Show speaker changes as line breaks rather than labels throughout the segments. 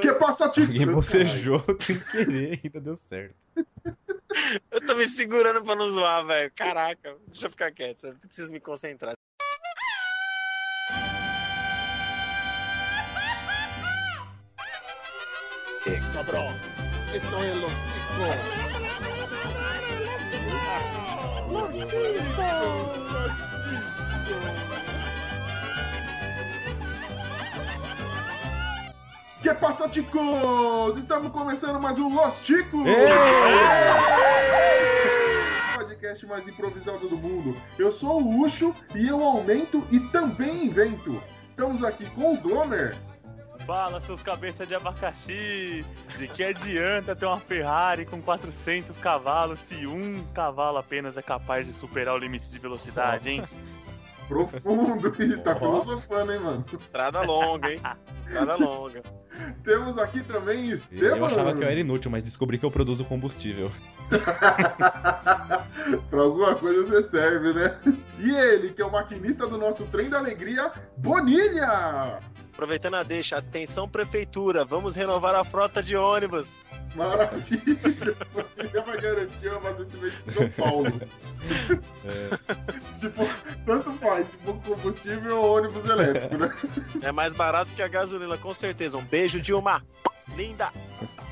Que passativo.
Alguém bocejou sem querer, ainda deu certo.
Eu tô me segurando pra não zoar, velho. Caraca, deixa eu ficar quieto. Eu preciso me concentrar.
Eh, cabrón, esto es los discos.
Los discos.
Que passa, ticos? Estamos começando mais um Los Ticos! O podcast mais improvisado do mundo. Eu sou o Ucho e eu aumento e também invento. Estamos aqui com o Glomer,
Bala seus cabeças de abacaxi! De que adianta ter uma Ferrari com 400 cavalos se um cavalo apenas é capaz de superar o limite de velocidade, hein?
profundo, e tá
Ó.
filosofando, hein, mano?
Entrada longa, hein? Entrada longa.
Temos aqui também Esteban.
Eu achava que eu era inútil, mas descobri que eu produzo combustível.
pra alguma coisa você serve, né? E ele, que é o maquinista do nosso trem da alegria, Bonilha!
Aproveitando a deixa, atenção prefeitura, vamos renovar a frota de ônibus.
Maravilha! Bonilha vai garantir o abastecimento de São Paulo. Tipo, tanto faz, tipo, combustível ou ônibus elétrico, né?
É mais barato que a gasolina, com certeza. Um beijo, Dilma. Linda.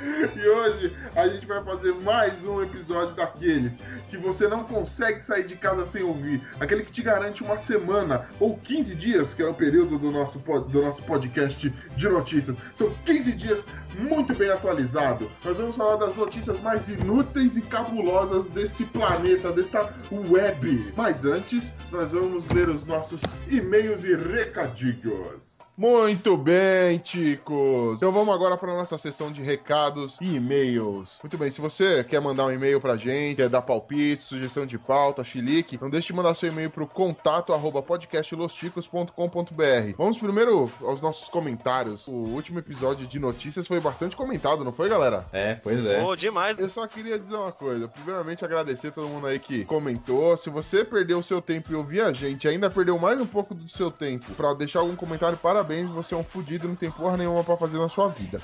E hoje a gente vai fazer mais um episódio daqueles que você não consegue sair de casa sem ouvir. Aquele que te garante uma semana ou 15 dias, que é o período do nosso, pod- do nosso podcast de notícias. São 15 dias muito bem atualizado. Nós vamos falar das notícias mais inúteis e cabulosas desse planeta, desta web. Mas antes, nós vamos ler os nossos e-mails e recadinhos.
Muito bem, Ticos. Então vamos agora para nossa sessão de recados e e-mails. Muito bem, se você quer mandar um e-mail pra gente, quer dar palpite, sugestão de pauta, chilique, não deixe de mandar seu e-mail pro contato arroba podcastlosticos.com.br. Vamos primeiro aos nossos comentários. O último episódio de notícias foi bastante comentado, não foi, galera?
É, pois
Pô,
é.
demais.
Eu só queria dizer uma coisa. Primeiramente, agradecer todo mundo aí que comentou. Se você perdeu o seu tempo e ouvir a gente, ainda perdeu mais um pouco do seu tempo pra deixar algum comentário, parabéns. Você é um fudido, não tem porra nenhuma pra fazer na sua vida.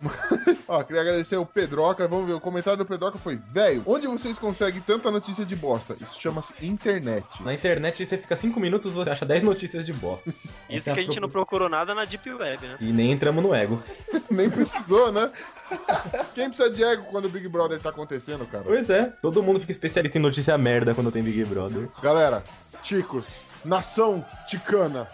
Mas, ó, queria agradecer o Pedroca. Vamos ver, o comentário do Pedroca foi: velho, onde vocês conseguem tanta notícia de bosta? Isso chama-se internet.
Na internet você fica 5 minutos, você acha 10 notícias de bosta. é
Isso que a gente não procurou nada na Deep Web, né?
E nem entramos no ego.
Nem precisou, né? Quem precisa de ego quando o Big Brother tá acontecendo, cara?
Pois é, todo mundo fica especialista em notícia merda quando tem Big Brother.
Galera, Ticos, nação ticana.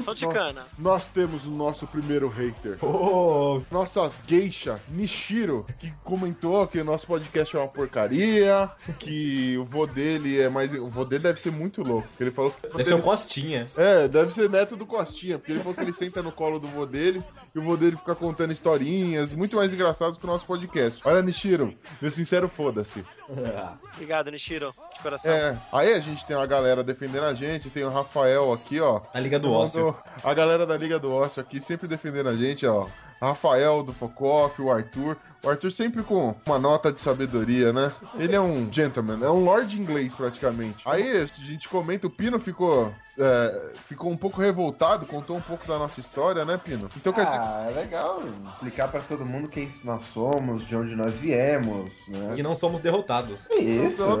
Só de cana.
Nós temos o nosso primeiro hater.
Oh,
Pô,
Nossa geisha, Nishiro, que comentou que o nosso podcast é uma porcaria, que o vô dele é mais. O vô dele deve ser muito louco. porque Ele falou que.
deve ser um costinha.
É, deve ser neto do Costinha, porque ele falou que ele senta no colo do vô dele e o vô dele fica contando historinhas muito mais engraçadas que o nosso podcast. Olha, Nishiro, meu sincero foda-se.
Obrigado, Nishiro. De coração.
É, aí a gente tem uma galera defendendo a gente, tem o Rafael aqui, ó,
Na Liga do Ócio.
a galera da Liga do Ócio aqui sempre defendendo a gente, ó. Rafael do Focoff, o Arthur. O Arthur sempre com uma nota de sabedoria, né? Ele é um gentleman, é um lord inglês praticamente. Aí a gente comenta, o Pino ficou, é, ficou um pouco revoltado, contou um pouco da nossa história, né, Pino? Então quer dizer que
Ah, é legal explicar pra todo mundo quem nós somos, de onde nós viemos, né?
E não somos derrotados.
Que Isso,
Não,
é,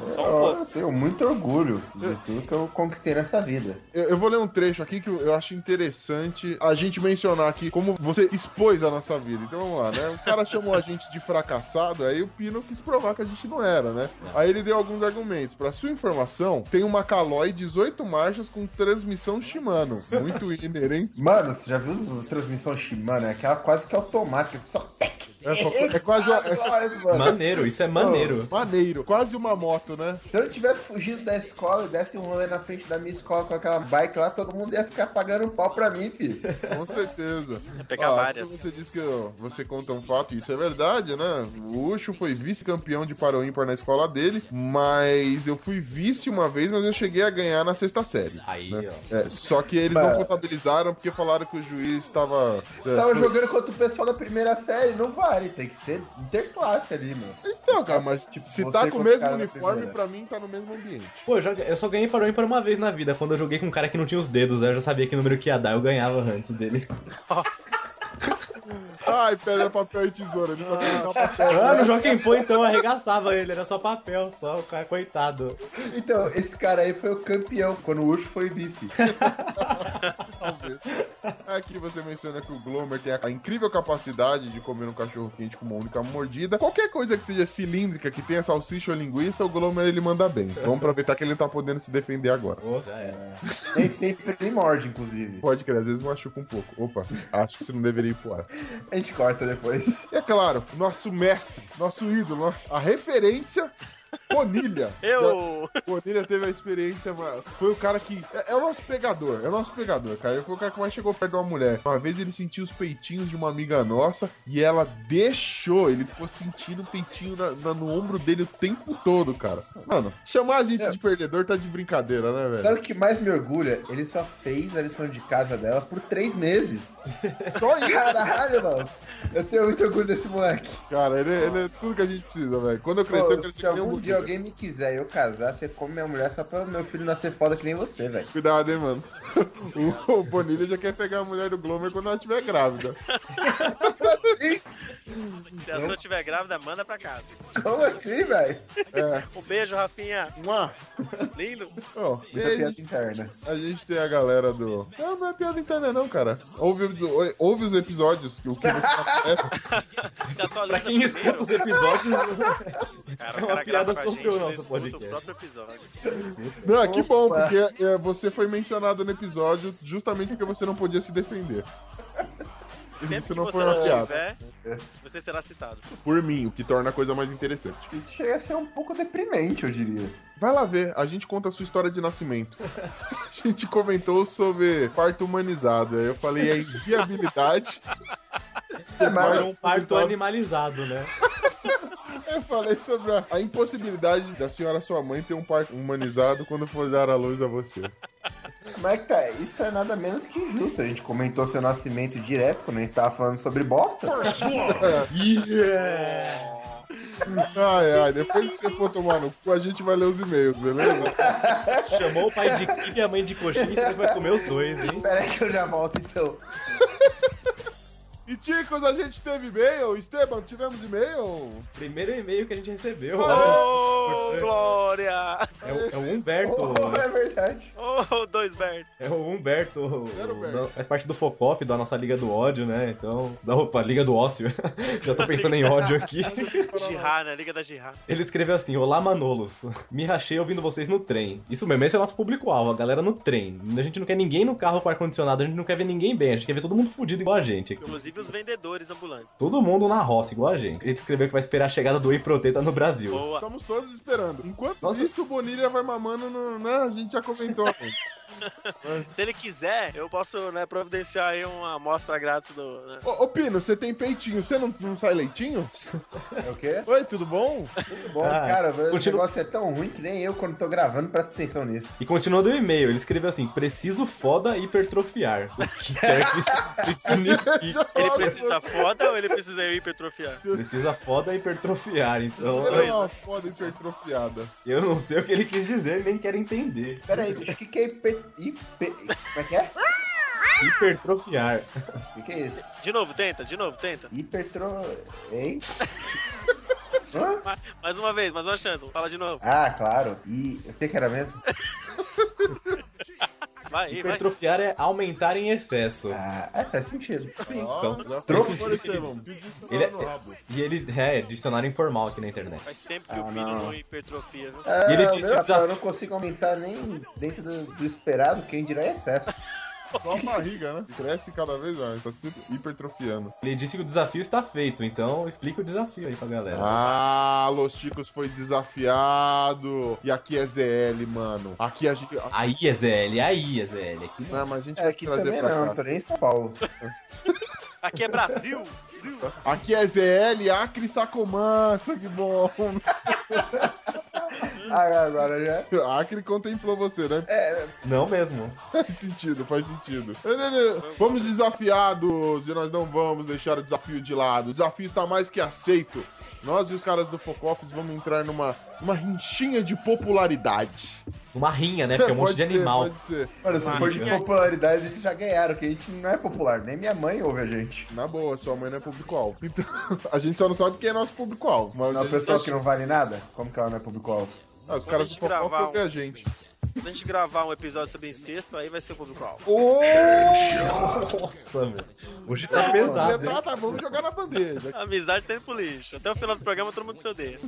tá.
Só um pouco.
eu tenho muito orgulho de tudo que eu conquistei nessa vida.
Eu, eu vou ler um trecho aqui que eu, eu acho interessante a gente mencionar aqui como você expôs a nossa vida. Então vamos lá, né? O cara chamou a gente de fracassado, aí o Pino quis provar que a gente não era, né? Aí ele deu alguns argumentos. Pra sua informação, tem uma Caloi 18 marchas com transmissão Shimano. Muito inerente.
Mano, você já viu a transmissão Shimano? É aquela quase que automática, só
É, só- é quase uma- é
mano.
Maneiro, isso é
Oh.
maneiro.
maneiro, quase uma moto, né?
Se eu não tivesse fugido da escola e desse um rolê na frente da minha escola com aquela bike lá, todo mundo ia ficar pagando um pau pra mim, filho.
Com certeza.
É pegar
Ó,
várias.
Você disse que ó, você conta um fato, e isso é verdade, né? O Ucho foi vice-campeão de Paro Ímpar na escola dele, mas eu fui vice uma vez, mas eu cheguei a ganhar na sexta série.
Aí, ó.
É, só que eles não contabilizaram porque falaram que o juiz é, estava.
Você tava jogando contra o pessoal da primeira série, não vale, tem que ser interclasse ali, mano.
Então, cara, mas tipo, se
Você
tá com o
contra o
mesmo
cara da
uniforme,
primeira.
pra mim tá no mesmo ambiente.
Pô, eu, já- eu só ganhei para ímpar uma vez na vida, quando eu joguei com um cara que não tinha os dedos, aí eu já sabia que número que ia dar, eu ganhava antes dele.
Nossa.
Ai, pedra, papel e tesoura. Ele só quer brincar papel.
Ah, no Joaquim Pô, então, arregaçava ele. Era só papel, só. O cara, coitado.
Então, esse cara aí foi o campeão quando o Urso foi vice.
Talvez. Aqui você menciona que o Glomer tem a incrível capacidade de comer um cachorro quente com uma única mordida. Qualquer coisa que seja cilíndrica, que tenha salsicha ou linguiça, o Glomer ele manda bem. Vamos aproveitar que ele não tá podendo se defender agora.
Pô, já era.
Tem sempre ele morde, inclusive.
Pode crer, às vezes machuca um pouco. Opa, acho que você não deveria ir pro ar.
A gente corta depois.
E é claro, nosso mestre, nosso ídolo, a referência. Bonilha.
Eu.
Bonilha teve a experiência, mano. Foi o cara que. É, é o nosso pegador, é o nosso pegador, cara. Ele foi o cara que mais chegou perto de uma mulher. Uma vez ele sentiu os peitinhos de uma amiga nossa e ela deixou. Ele ficou sentindo o peitinho na- na- no ombro dele o tempo todo, cara. Mano, chamar a gente
É.
de perdedor tá de brincadeira, né, velho?
Sabe o que mais me orgulha? Ele só fez a lição de casa dela por três meses.
Só isso.
Caralho, mano. Eu tenho muito orgulho desse moleque.
Cara, ele, ele é tudo que a gente precisa, velho. Quando eu
Pô,
crescer, eu quero
se
ser que nem
algum
o
dia
dia
alguém me quiser e eu casar, você come minha mulher só pra meu filho nascer foda que nem você, velho.
Cuidado, hein, mano. O, o Bonilha já quer pegar a mulher do Glomer quando ela estiver grávida.
Se a sua estiver grávida, manda pra casa.
Como assim, velho?
É.
Um beijo, Rafinha.
Mua.
Lindo.
Ó, e
Muita
aí,
piada interna.
A gente tem a galera do. Não, não é piada interna, não, cara. Ouve, os- ou- ouve os episódios, que o que você tá acessa.
Se atualiza
Pra quem escuta
primeiro.
os episódios,
Cara,
é
o
uma piada
cara grava com a
sobre
gente,
o
ele
nosso
escuta
podcast.
o próprio episódio.
Não, que bom,
Opa.
porque é, você foi mencionado no episódio justamente porque você não podia se defender.
Sempre
Isso
que
não
você
foi
não
uma
estiver, você será citado.
Por mim, o que torna a coisa mais interessante.
Isso chega a ser um pouco deprimente, eu diria.
Vai lá ver, a gente conta a sua história de nascimento. A gente comentou sobre parto humanizado. Aí eu falei a inviabilidade.
É,
é
mas
um parto animalizado, né?
Eu falei sobre a, a impossibilidade da senhora sua mãe ter um parto humanizado quando for dar a luz a você.
como é que tá? Isso é nada menos que injusto. A gente comentou seu nascimento direto quando a gente tava falando sobre bosta.
Ai, ai, depois que você for tomar no cu, a gente vai ler os e-mails, beleza?
É, Chamou o pai de Kibe e a mãe de coxinha e falou que vai comer os dois, hein?
Pera aí que eu já volto então.
E Ticos, a gente teve e-mail? Esteban, tivemos e-mail?
Primeiro e-mail que a gente recebeu. olha
Oh, Glória!
só. É, o- é o Humberto.
Oh, é verdade.
Oh, dois Bert.
É o Humberto. o-
Era o Humberto.
da- Faz parte do Focoff, da nossa Liga do Ódio, né? Então. Da opa, Liga do Ócio. Já tô pensando em ódio aqui.
Girá, né? Liga da Girá.
Ele escreveu assim: Olá, Manolos. Me rachei ouvindo vocês no trem. Isso mesmo, esse é o nosso público-alvo, a galera no trem. A gente não quer ninguém no carro com ar-condicionado, a gente não quer ver ninguém bem, a gente quer ver todo mundo fudido igual a gente.
Inclusive os vendedores ambulantes.
Todo mundo na roça, igual a gente. Ele escreveu que vai esperar a chegada do Iproteta no Brasil.
Boa.
Estamos todos esperando. Enquanto
Nossa.
isso, o Bonilha vai mamando, no, né? A gente já comentou.
Se ele quiser, eu posso né, providenciar aí uma amostra grátis do. né?
ô, ô, Pino, você tem peitinho, você não, não sai leitinho?
É o quê?
Oi, tudo bom?
Muito bom,
Ah,
cara. O
continua-
negócio é tão ruim que nem eu, quando tô gravando, presto atenção nisso.
E continuando o e-mail, ele escreveu assim: preciso foda hipertrofiar. O que quer que isso signifique?
Ele precisa foda ou ele precisa eu hipertrofiar?
Precisa foda hipertrofiar, então.
Você não é uma foda hipertrofiada.
Eu não sei o que ele quis dizer, nem quero entender.
Pera aí, bicho, o que, que é IP... IP... Como é que é?
Hipertrofiar.
O que, que é isso?
De novo, tenta, de novo, tenta.
Hipertro... Hein? Hã?
Ma- Mais uma vez, mais uma chance. Fala de novo.
Ah, claro. E eu sei que era mesmo.
Vai aí, vai.
Hipertrofiar é aumentar em excesso.
Ah, é, faz sentido.
Sim,
então,
já
trouxe-
foi fora, Esteban. Pedi isso
Ele é-
no rabo.
E ele é dicionário informal aqui na internet.
Faz tempo que o filho não, hipertrofia, viu?
Ah,
E ele disse
meu,
que desaf-
Eu não consigo aumentar nem dentro do, do esperado, quem dirá é excesso.
Só a barriga, né? Cresce cada vez mais, tá se hipertrofiando.
Ele disse que o desafio está feito, então explica o desafio aí pra galera.
Ah, Los Chicos foi desafiado. E aqui é ZL, mano. Aqui a gente.
Aí, EZL, aí, EZL. Aqui não.
Não, mas a gente
É,
vai
aqui
trazer
também
pra
não,
cá.
tô nem em São Paulo.
Aqui é Brasil! Brasil.
então.
Aqui é ZL Acre Sacomansa, que bom.
Ah, agora já.
Acre contemplou você, né?
É,
Não mesmo.
Faz sentido, faz sentido. Fomos desafiados e nós não vamos deixar o desafio de lado. O desafio está mais que aceito. Nós e os caras do Focoffice vamos entrar numa uma rinchinha de popularidade.
Uma rinha, né? Porque é um monte
Pode
de
ser,
animal.
Pode ser.
mano, se for de popularidade, eles já ganharam, que a gente não é popular. Nem minha mãe ouve a gente.
Na boa, sua mãe não é público-alvo. Então, a gente só não sabe quem é nosso público-alvo. Mas
Não,
a
o
gente
pessoal
tá-
que não vale nada? Como que ela não é público-alvo?
Ah, os caras do
Quando a
Focoffice
gente gravar
ouvem
um-
a gente.
Quando a gente gravar um episódio sobre incesto, aí vai ser o público-alvo.
Nossa, meu. Hoje tá
Tá,
pesado. hein?
tá, tá, vamos jogar na bandeja.
Amizade tá indo pro lixo. Até o final do programa todo mundo se odeia.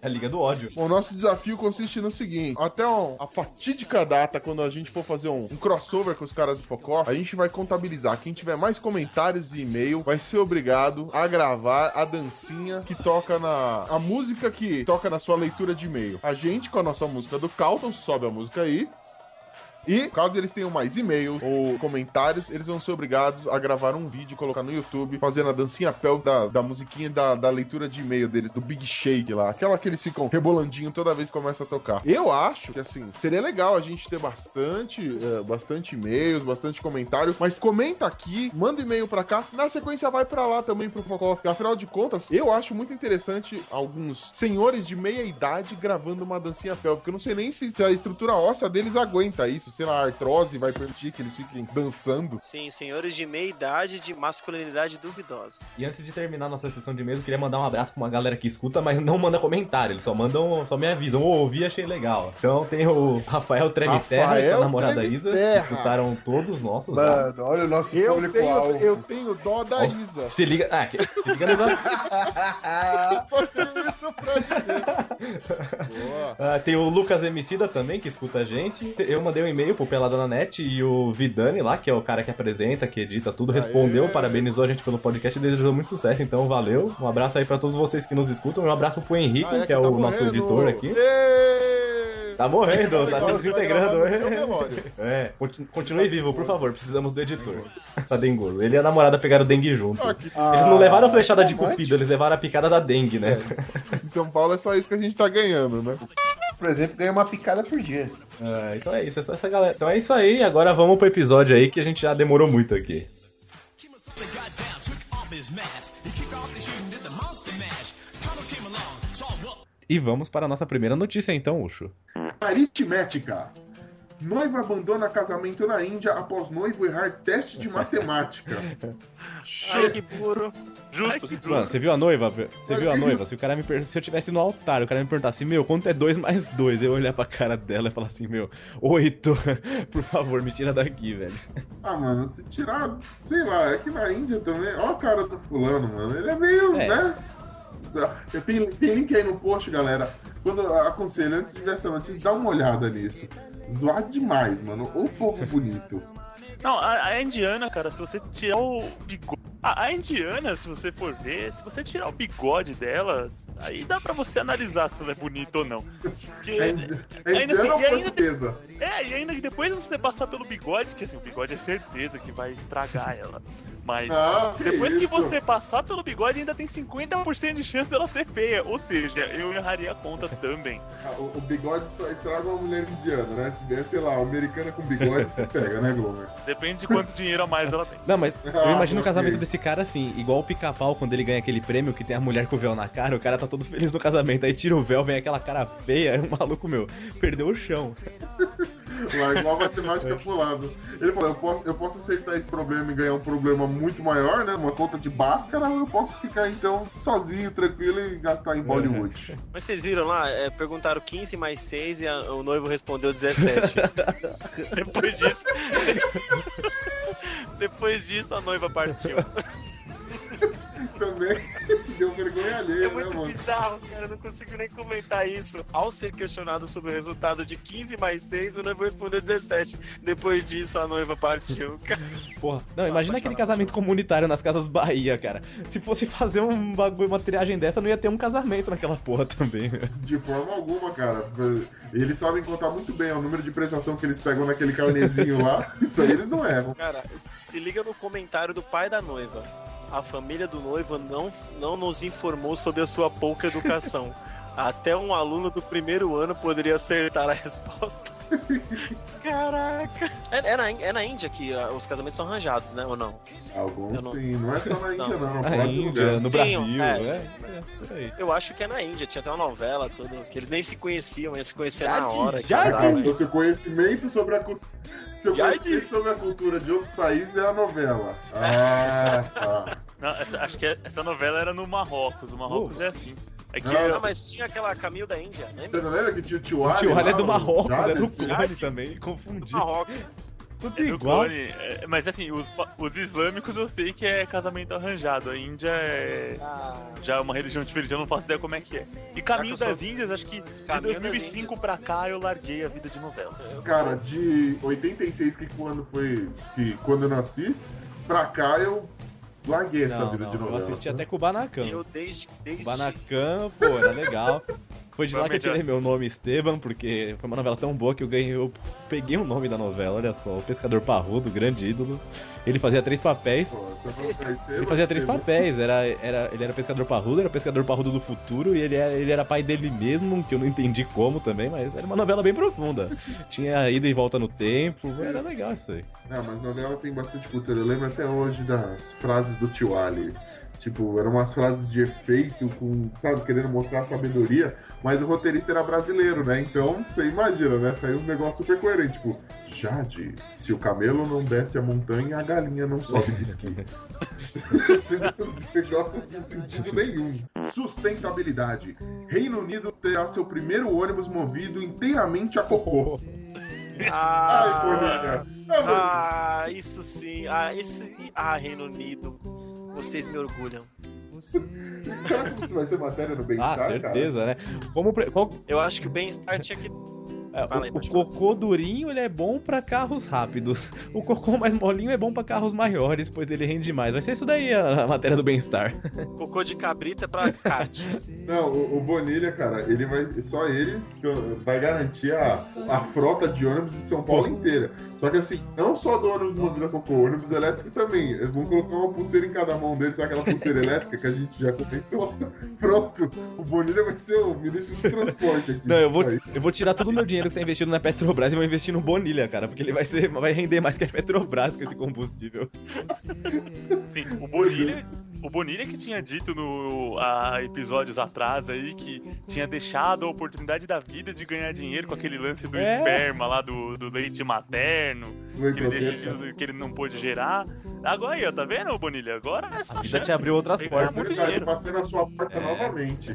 É a liga do ódio.
Bom, o nosso desafio consiste no seguinte: até um- a fatídica data, quando a gente for fazer um, um crossover com os caras do Focó, a gente vai contabilizar. Quem tiver mais comentários e e-mail vai ser obrigado a gravar a dancinha que toca na. a música que toca na sua leitura de e-mail. A gente, com a nossa música do Calton, sobe a música aí. E, caso eles tenham mais e-mails ou comentários, eles vão ser obrigados a gravar um vídeo e colocar no YouTube, fazendo a dancinha pel da, da musiquinha da, da leitura de e-mail deles, do Big Shake lá. Aquela que eles ficam rebolandinho toda vez que começa a tocar. Eu acho que, assim, seria legal a gente ter bastante, eh, bastante e-mails, bastante comentário, mas comenta aqui, manda e-mail pra cá, na sequência vai pra lá também pro Focoff. Afinal de contas, eu acho muito interessante alguns senhores de meia idade gravando uma dancinha pélvica. Eu não sei nem se se a estrutura óssea deles aguenta isso, sei lá, a artrose vai permitir que eles fiquem dançando.
Sim, senhores de meia idade de masculinidade duvidosa.
E antes de terminar nossa sessão de e-mail, eu queria mandar um abraço pra uma galera que escuta, mas não manda comentário. Eles só mandam, só me avisam. Ou ouvi, achei legal. Então tem o Rafael Tremeterra e sua
Rafael
namorada Isa, que
Tremeterra.
escutaram todos nossos. já.
Mano, olha o nosso
Eu tenho,
público-alvo.
eu tenho dó da
Nossa,
tá, Isa.
Se liga. Ah, que- se liga nos
Eu só tenho isso pra dizer. Boa.
Ah, tem o Lucas Emicida também, que escuta a gente. Eu mandei um e-mail pro Peladona.net e o Vidani lá, que é o cara que apresenta, que edita tudo, respondeu,
Aê.
parabenizou a gente pelo podcast e desejou muito sucesso, então valeu. Um abraço aí pra todos vocês que nos escutam e um abraço pro Henrique,
Ah,
que, é
tá
o nosso
morrendo.
editor aqui.
Ê!
Tá morrendo, tá se
Agora você vai gravar
desintegrando.
no seu velório.
É, continu- continue vivo, por favor, precisamos do editor. Tá dengoso. Ele e a namorada pegaram dengue junto.
Ah, é? que-
Eles não levaram a
Ah,
flechada de
romântico.
cupido, eles levaram a picada da dengue, né?
Em São Paulo é só isso que a gente tá ganhando, né?
Por exemplo, ganha uma picada por dia.
Ah, então é isso, é só essa galera. Então é isso aí, agora vamos pro episódio aí que a gente já demorou muito aqui. E vamos para a nossa primeira notícia então, Ucho.
Aritmética. Noiva abandona casamento na Índia após noivo errar teste de matemática.
Ai, que burro.
Justo, justo.
Mano, você viu a noiva? velho? Você viu a noiva? Se o cara me per... se eu tivesse no altar, o cara me perguntasse, meu, quanto é 2 mais 2? Eu olhar pra cara dela e falar assim, meu, 8, por favor, me tira daqui, velho.
Ah, mano, se tirar, sei lá, é que na Índia também. Ó a cara do fulano, mano. Ele é meio,
É.
né? Eu tenho, tem link aí no post, galera. Quando eu aconselho, antes de ver essa notícia, dá uma olhada nisso. Zoado demais, mano. O povo bonito.
Não, a, a indiana, cara, se você tirar o bigode. A, a indiana, se você for ver, se você tirar o bigode dela, aí dá pra você analisar se ela é bonita ou não. Porque.
É, é
Ainda assim,
indiano ou
e ainda-
portuguesa?
É, e ainda que depois você passar pelo bigode, que assim, o bigode é certeza que vai estragar ela. Mas
Ah, que
depois que
isso.
você passar pelo bigode, ainda tem 50% de chance dela ser feia. Ou seja, eu erraria a conta também.
Ah, O, o bigode só estraga uma mulher indiana, né? Se der, sei lá, uma americana com bigode, você pega, né, Glover?
Depende de quanto dinheiro a mais ela tem.
Não, mas eu
Ah,
imagino o casamento
ok.
desse cara assim, igual o pica-pau quando ele ganha aquele prêmio que tem a mulher com o véu na cara, o cara tá todo feliz no casamento, aí tira o véu, vem aquela cara feia, é um maluco meu, perdeu o chão.
Largou a
É.
matemática pro lado. Ele falou: eu posso, eu posso aceitar esse problema e ganhar um problema muito maior, né? Uma conta de Bhaskara, ou eu posso ficar então sozinho, tranquilo e gastar em Bollywood.
Mas vocês viram lá? É, perguntaram 15 mais 6 e a- o noivo respondeu 17. Depois disso. Depois disso a noiva partiu.
Também deu vergonha alheia, né,
É muito
mano?
bizarro, cara. Eu não consigo nem comentar isso. Ao ser questionado sobre o resultado de 15 mais 6, o noivo respondeu 17. Depois disso, a noiva partiu. Cara,
Porra, não,
Ah,
imagina aquele casamento comunitário nas casas Bahia, cara. Se fosse fazer um bagulho, uma triagem dessa, não ia ter um casamento naquela porra também, né? meu.
De forma alguma, cara. Eles sabem contar muito bem o número de prestação que eles pegam naquele carnezinho lá. Isso aí eles não erram.
Cara, se liga no comentário do pai da noiva. A família do noivo não, não nos informou sobre a sua pouca educação. Até um aluno do primeiro ano poderia acertar a resposta. Caraca. É, é na, é na Índia que ah, os casamentos são arranjados, né? Ou não? Eu
Alguns
não-
sim, não é só na Índia,
Não.
não.
Na
Pode né?
Índia,
lugar.
no
Sim,
Brasil,
é.
é. é, isso aí.
Eu acho que é na Índia. Tinha até uma novela, tudo. Que eles nem se conheciam, eles se conheciam na
Jade,
hora.
Jade.
casaram, né?
O Então, seu conhecimento sobre a cultura. Seu
Já
conhecimento sobre a cultura de outros países é a novela. Ah, tá.
Não, essa- acho que essa novela era no Marrocos. O Marrocos é assim. É que
Não,
Ah, mas tinha aquela Caminho da Índia,
Você
lembra?
não lembra que tinha o Tio
O
Ali?
tio Ralho é
lá,
do
o
Marrocos, é do
Jades?
Clone também, confundi.
Marrocos.
Tudo
é do
igual.
clone, é- mas assim, os, pa- os islâmicos eu sei que é casamento arranjado. A Índia é.
Ah,
Já é uma religião diferente, eu não faço ideia como é que é. E Caminho
Caraca, eu
das Índias, acho que de
Caminho das
2005
Índias.
pra cá eu larguei a vida de novela.
Cara, de 86, que quando foi. que quando eu nasci, pra cá eu larguei essa
Não,
vida
não,
de
eu
novela.
assisti até Kubanacan.
Eu desde. desde...
Kubanacan, pô, era legal. Foi de
Foi
lá que eu
melhor.
tirei meu nome Esteban, porque foi uma novela tão boa que eu ganhei, eu peguei o nome da novela, olha só, o Pescador Parrudo, grande ídolo. Ele fazia três papéis.
então
Ele fazia três papéis, era, era, ele era pescador parrudo, era pescador parrudo do futuro, e ele era, ele era pai dele mesmo, que eu não entendi como também, mas era uma novela bem profunda. Tinha ida e volta no tempo, era legal isso aí.
Não, mas novela tem bastante cultura. Eu lembro até hoje das frases do tio Ali. Tipo, eram umas frases de efeito, com, sabe, querendo mostrar a sabedoria, mas o roteirista era brasileiro, né? Então, você imagina, né? Saiu um negócio super coerente, tipo, Jade, se o camelo não desce a montanha, a galinha não sobe de esqui. negócio sem sentido nenhum. Sustentabilidade. Reino Unido terá seu primeiro ônibus movido inteiramente a cocô. Ai,
Ah,
Cornelia. Ah, mano.
ah, isso sim. Ah, esse. Ah, Reino Unido. Vocês me orgulham.
Será que isso vai ser matéria no
Ah,
bem-estar, cara?
certeza, né? Como, pre- qual-
Eu acho que o bem-estar tinha que.
é,
Fala aí,
o, o
pode falar.
cocô durinho ele é bom pra carros rápidos. O cocô mais molinho é bom pra carros maiores, pois ele rende mais. Vai ser isso daí a, a matéria do bem-estar.
Cocô de cabrita é pra Cat.
Não, o, o Bonilha, cara, ele vai. Só ele vai garantir a, a frota de ônibus de São Paulo inteira. Só que assim, não só do ônibus movido a cocô, o ônibus elétrico também. Eles vão colocar uma pulseira em cada mão dele, sabe aquela pulseira elétrica que a gente já comentou? Pronto, o Bonilha vai ser o ministro do transporte aqui.
Não, eu vou,
Aí,
eu vou tirar todo o meu dinheiro que tá investido na Petrobras e vou investir no Bonilha, cara, porque ele vai, ser, vai render mais que a Petrobras com esse combustível.
Sim, o Bonilha. O Bonilha que tinha dito no há episódios atrás aí que tinha deixado a oportunidade da vida de ganhar dinheiro com aquele lance do
É.
esperma lá do, do leite materno,
vai
que ele,
pra
deixou
você.
de- que ele não pôde gerar. Agora aí, ó, tá vendo, Bonilha? Agora é só
A vida
chance.
te abriu outras
Tem
A
portas.
muito
oportunidade
dinheiro.
bater na sua porta
É.
novamente.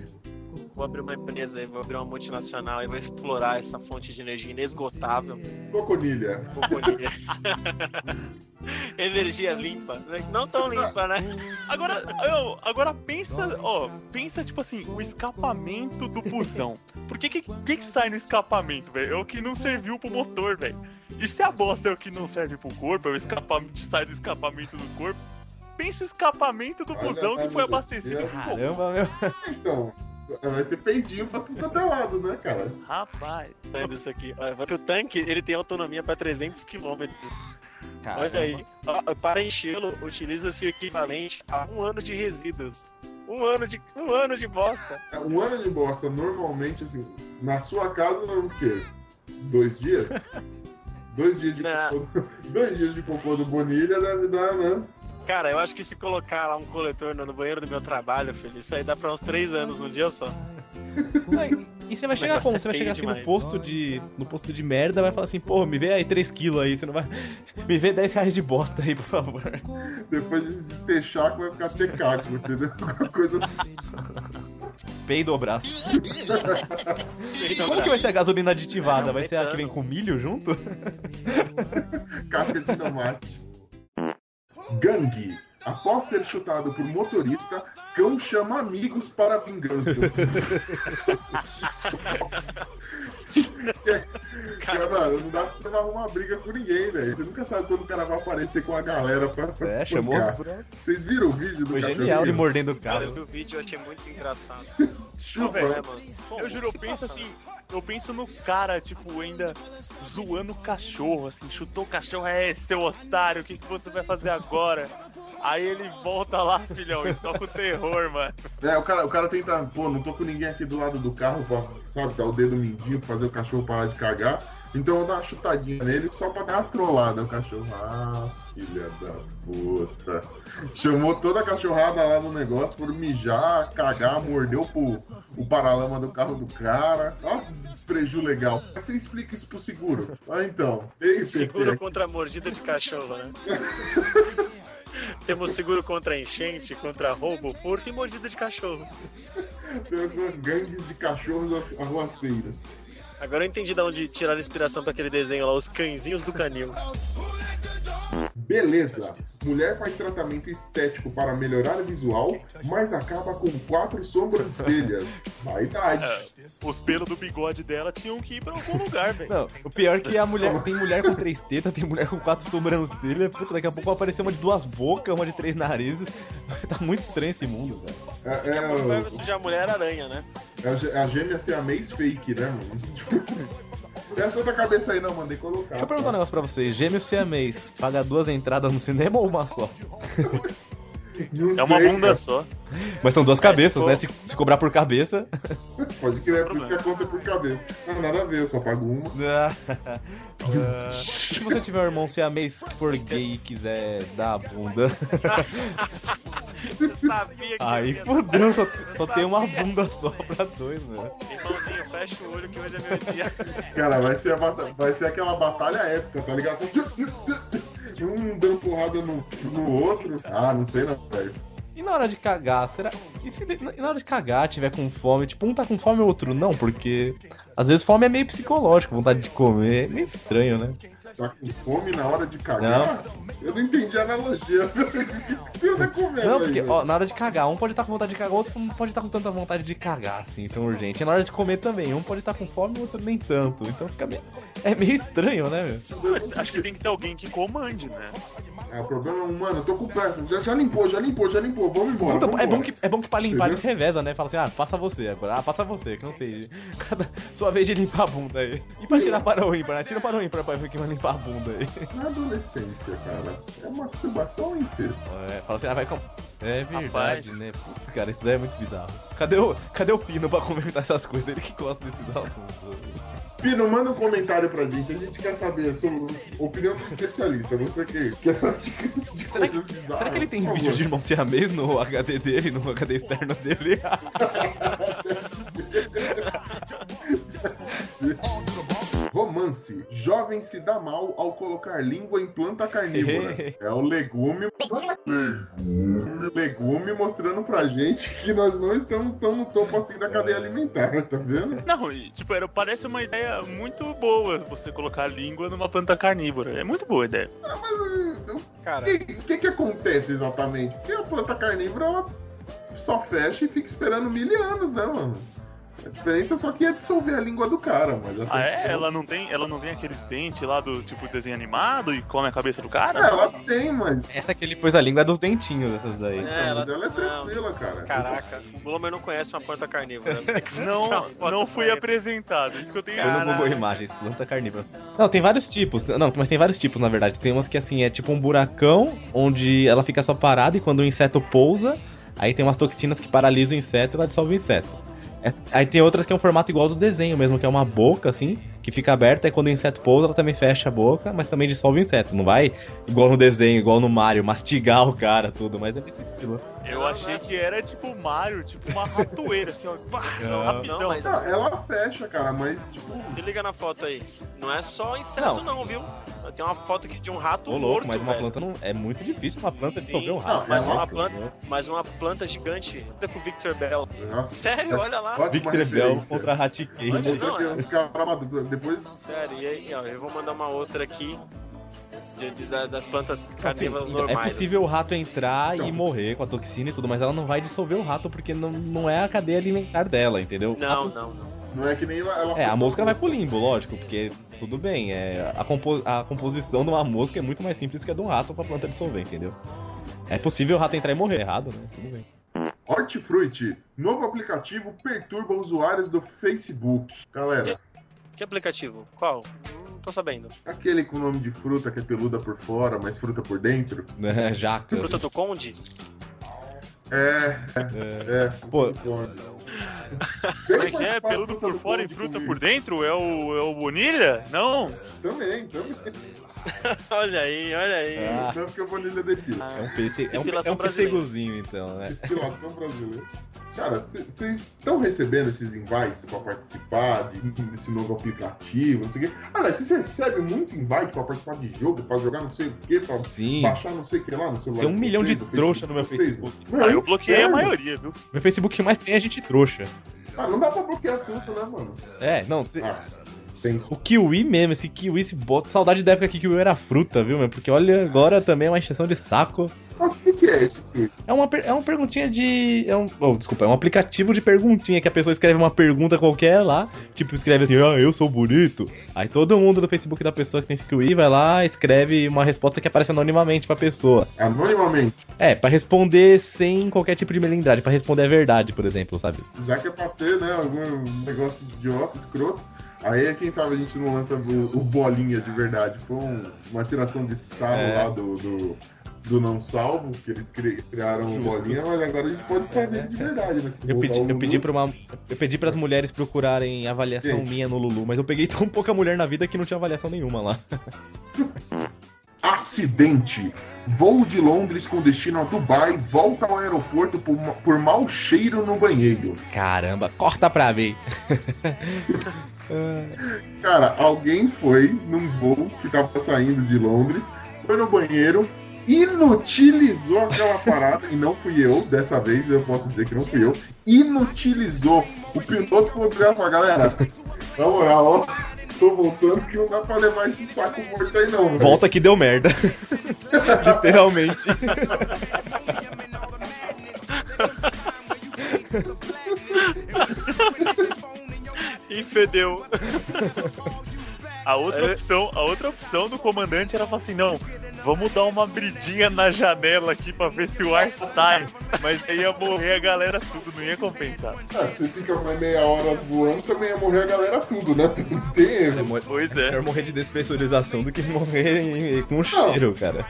Vou abrir uma empresa aí, vou abrir uma multinacional e vou explorar essa fonte de energia inesgotável.
Coconilha.
Coconilha. energia limpa. Não tão limpa, né?
Agora, eu- agora pensa, ó, pensa tipo assim, o escapamento do busão. Por que que, que que sai no escapamento, velho? É o que não serviu pro motor, velho. E se a bosta é o que não serve pro corpo, é o escapamento sai do escapamento do corpo. Pensa o escapamento do
Olha,
busão que foi
olha,
abastecido
eu-
com cocô.
Caramba, meu.
Então, vai ser peidinho pra tudo quanto é lado, né, cara?
Rapaz.
Olha isso aqui. Olha, vai pro tanque, ele tem autonomia pra 300 km. Olha aí. Ah, Para enchê-lo, utiliza-se o equivalente a um ano de resíduos. Um ano de, um ano de bosta.
Um ano de bosta, normalmente, assim, na sua casa, o quê? Dois dias? Dois dias de
Não.
cocô, do- dois dias de cocô do Bonilha deve dar, né?
Cara, eu acho que se colocar lá um coletor no no banheiro do meu trabalho, filho, isso aí dá pra uns 3 anos num dia só.
Ai, E você vai chegar
Negócio
como?
é
Você vai
feio
chegar assim no
demais.
posto de. no posto de merda, vai falar assim, pô, me vê aí 3kg aí, você não vai. Me vê 10 reais de bosta aí, por favor.
Depois de ter chaco, vai ficar tecaco, entendeu? Alguma coisa assim.
Peido o braço. Como que vai ser a gasolina aditivada?
Não,
Vai ser a que vem com milho junto?
casca de tomate. Gangue. Após ser chutado por motorista, cão chama amigos para vingança. Cara, mano, não dá pra você arrumar uma briga com ninguém, velho. Você nunca sabe quando o cara vai aparecer com a galera pra. pra
É,
buscar.
chamou.
Vocês viram o vídeo do
Foi
cachorrinho?
genial ele mordendo o
Cara, eu
carro.
vi o vídeo e achei muito engraçado.
Chupa.
Não, velho, né, mano? Pô,
Eu juro, eu
se
penso
passa,
assim, Eu penso no cara, tipo, ainda zoando o cachorro, assim, chutou o cachorro, é seu otário, o que, que você vai fazer agora? Aí ele volta lá, filhão, e toca o terror, mano.
É, o cara, o cara tenta, pô, não tô com ninguém aqui do lado do carro pra, sabe, dar o dedo mindinho pra fazer o cachorro parar de cagar. Então eu vou dar uma chutadinha nele só pra dar uma trollada. O cachorro, ah, filha da puta. Chamou toda a cachorrada lá no negócio, foram mijar, cagar, mordeu pro, o paralama do carro do cara. Ó, preju legal. Como é que você explica isso pro seguro? Ah, então. Ei,
Seguro
PT.
contra a mordida de cachorro, né? Temos seguro contra enchente, contra roubo, furto e mordida de cachorro.
Tem umas gangues de cachorros arruaceiras.
Agora eu entendi de onde tiraram inspiração pra aquele desenho lá, os cãezinhos do canil.
Beleza. Mulher faz tratamento estético para melhorar o visual, mas acaba com quatro sobrancelhas.
É.
Vaidade.
Os pelos do bigode dela tinham que ir pra algum lugar, velho.
Não, o pior é que a mulher tem mulher com três tetas, tem mulher com quatro sobrancelhas, puta, daqui a pouco vai aparecer uma de duas bocas, uma de três narizes. Tá muito estranho esse mundo, velho.
É, é,
Vai
o-
sujar a mulher aranha, né?
é a gê- a gêmea ser a mês fake, né, mano? Essa outra cabeça aí não, mandei colocar.
Deixa eu perguntar um negócio pra vocês. Gêmeos siamês, paga duas entradas no cinema ou uma só?
Não
É uma
sei,
bunda só.
Mas são duas
É, se
cabeças,
for-
né? Se, se cobrar por cabeça.
cara. Pode crer, por isso
problema.
que a conta é por cabeça. Não, nada a ver, eu só pago uma.
Ah, e se você tiver um irmão siamês que for gay e quiser dar a bunda,
Eu sabia que
aí
eu ia-
fodeu, só, só
Eu
tem uma
sabia.
bunda só pra dois, né?
Irmãozinho, fecha o olho que hoje é meu dia.
Cara, vai ser, a bata- vai ser aquela batalha épica, tá ligado? Um dando porrada no, no outro. Ah, não sei não, velho.
E na hora de cagar, será? E se de- e na hora de cagar tiver com fome, tipo, um tá com fome e o outro não, porque às vezes fome é meio psicológico, vontade de comer, é meio estranho, né?
Tá com fome na hora de cagar? Eu não entendi a analogia. O que você tá comendo
Não,
aí,
porque
velho?
ó, na hora de cagar, um pode estar com vontade de cagar, o outro não pode estar com tanta vontade de cagar, assim, tão urgente. E na hora de comer também, um pode estar com fome, o outro nem tanto. Então fica meio... É meio estranho, né, meu?
Mas Acho que tem que ter alguém que comande, né?
É, o problema é, mano, eu tô com pressa. Já, já limpou, já limpou, já limpou. Vamos embora.
Puta,
vamos
é,
embora.
bom que, é bom que pra limpar
Entendeu?
eles revezam, né? Fala assim, ah, passa você agora, ah, passa você, que não sei. Cada... Sua vez de limpar a bunda aí. E pra tirar para o ímpar, né? Tira para o ímpar pra ver quem vai limpar a bunda aí.
Na adolescência, cara, é masturbação ou incesto?
É, fala assim, ah, vai com... É verdade,
Rapaz.
né? Putz, cara, isso daí é muito bizarro. Cadê o, cadê o Pino pra comentar essas coisas? Ele que gosta desses assuntos.
Pino, manda um comentário pra gente. A gente quer saber sobre opinião do especialista. Você que, que é praticante de
Será que,
coisas bizarras.
será que ele tem
Por
vídeo de
favor.
irmão siamês no HD dele, no HD externo dele?
Romance. Jovem se dá mal ao colocar língua em planta carnívora. é o legume. Legume. Legume mostrando pra gente que nós não estamos tão no topo assim da cadeia alimentar, tá vendo?
Não, e, tipo, era, parece uma ideia muito boa você colocar a língua numa planta carnívora. É muito boa a ideia.
Ah, mas uh, o
Cara,
que, o que que acontece exatamente? Porque a planta carnívora ela só fecha e fica esperando mil anos, né, mano? A diferença é só que ia dissolver a língua do cara, mas essa-
Ah, é? Ela não tem, ela não tem aqueles dentes lá do tipo desenho animado e come a cabeça do
Ah,
cara?
É, Ela tem, mas
Essa que ele pôs a língua é dos dentinhos, essas daí.
É, ela-
ela, é
não.
tranquila, cara.
caraca, o Glomer não conhece uma planta carnívora. né?
Não, não fui apresentado. Isso que eu tenho.
Cara, no Google Imagens, planta carnívora. Não, tem vários tipos. Não, mas tem vários tipos, na verdade. Tem umas que, assim, é tipo um buracão, onde ela fica só parada e quando o inseto pousa, aí tem umas toxinas que paralisam o inseto e ela dissolve o inseto. É- Aí tem outras que é um formato igual ao do desenho mesmo, que é uma boca, assim, que fica aberta, e quando o inseto pousa, ela também fecha a boca, mas também dissolve o inseto. Não vai igual no desenho, igual no Mario, mastigar o cara, tudo, mas é esse estilo.
Eu achei que era tipo Mario, tipo uma ratoeira, assim, ó. Pá,
Não,
rapidão.
Não, mas
Não, ela fecha, cara, mas tipo,
se liga na foto aí. Não é só inseto,
Não.
não, viu? Tem uma foto aqui de um rato
Ô, louco,
morto,
mas uma
velho.
planta não. É muito difícil uma planta
Sim,
dissolver um
não,
rato.
mas
né?
uma
Nossa,
planta-
louco.
Mas uma planta gigante feita com o Victor Bell.
nossa,
É.
Sério, olha lá.
ótima
Victor Bell
referência.
contra Hatikate.
Mas
Mostrou
não,
que
é.
os caras maduros- Depois
Sério, e aí, ó, eu vou mandar uma outra aqui de- de- da- das plantas carnívoras
Assim,
normais.
É possível o rato entrar
Então.
e morrer com a toxina e tudo, mas ela não vai dissolver o rato porque não, não é a cadeia alimentar dela, entendeu? O
assim. Não,
rato-
não, não.
não é que nem ela. ela
É, a mosca vai pro limbo, lógico, porque tudo bem. É, a, compo- a composição de uma mosca é muito mais simples que a de um rato pra planta dissolver, entendeu? É possível o rato entrar e morrer, errado, né? Tudo bem.
Hortifruti, novo aplicativo perturba usuários do Facebook. Galera,
Que aplicativo? Qual? Não tô sabendo.
É.
aquele com nome de fruta que é peluda por fora, mas fruta por dentro.
Jaca.
Fruta do Conde?
É, é, é.
Pô.
Como é que é? Peludo por fora e fruta por dentro? É o, é o Bonilha? Não.
dentro? Também, também.
olha aí, olha aí.
Ah,
Não, porque eu vou lhe depila.
é um PC, é um, é
Depilação
um PCgozinho, então, né?
Depilação brasileira. Cara, vocês estão recebendo esses invites pra participar de- desse novo aplicativo, não sei o quê? Cara, vocês recebem muito invite pra participar de jogo, pra jogar não sei o quê, pra
Sim.
baixar não sei o que lá no celular.
Tem um
de
milhão de
vocês, do
trouxa no meu
de
Facebook.
vocês.
Ah,
Mano,
eu bloqueei a
inferno.
maioria, viu?
Meu Facebook que mais tem é gente trouxa.
Ah, não dá pra bloquear tudo, né, mano?
É, não, se-
Ah, tem
o kiwi mesmo, esse kiwi, esse bota. Saudade da época que kiwi era fruta, viu, meu? Porque olha, agora também é uma extensão de saco.
Ah, O que, que é isso? filho?
É uma, per- é uma perguntinha de. É um, oh, desculpa, é um aplicativo de perguntinha que a pessoa escreve uma pergunta qualquer lá. Tipo, escreve assim, ah, eu sou bonito. Aí todo mundo do Facebook da pessoa que tem esse QI vai lá, escreve uma resposta que aparece anonimamente pra pessoa.
Anonimamente,
É, pra responder sem qualquer tipo de melindrade, pra responder a verdade, por exemplo, sabe?
já que é pra ter, né, algum negócio idiota, escroto, aí é quem sabe a gente não lança o, o bolinha de verdade. Foi um- uma tiração de sarro
É.
lá do, do, do não salvo, que eles cri- criaram o bolinha, mas agora a gente pode fazer de verdade, né?
É, Eu pedi,
Botar o
eu pedi
Lulu.
pra uma. Eu pedi pras mulheres procurarem avaliação
Gente.
minha no Lulu, mas eu peguei tão pouca mulher na vida que não tinha avaliação nenhuma lá.
Acidente. Voo de Londres com destino a Dubai volta ao aeroporto por, ma- por mau cheiro no banheiro.
Caramba, corta pra ver.
Cara, alguém foi num voo que tava saindo de Londres, foi no banheiro, inutilizou aquela parada, e não fui eu, dessa vez eu posso dizer que não fui eu, inutilizou. O piloto falou pra ela, galera, na moral, ó, tô voltando que não dá pra levar esse saco morto aí não, velho."
Volta que deu merda. Literalmente.
Ih, fedeu.
A outra, opção, a outra opção do comandante era falar assim, não, vamos dar uma bridinha na janela aqui pra ver se o ar sai. Mas aí ia morrer a galera tudo, não ia compensar.
Ah, você fica mais meia hora voando, também ia morrer a galera tudo, né? Não tem erro.
Pois
É
é.
melhor morrer de despressurização do que morrer em- em- com um cheiro, cara.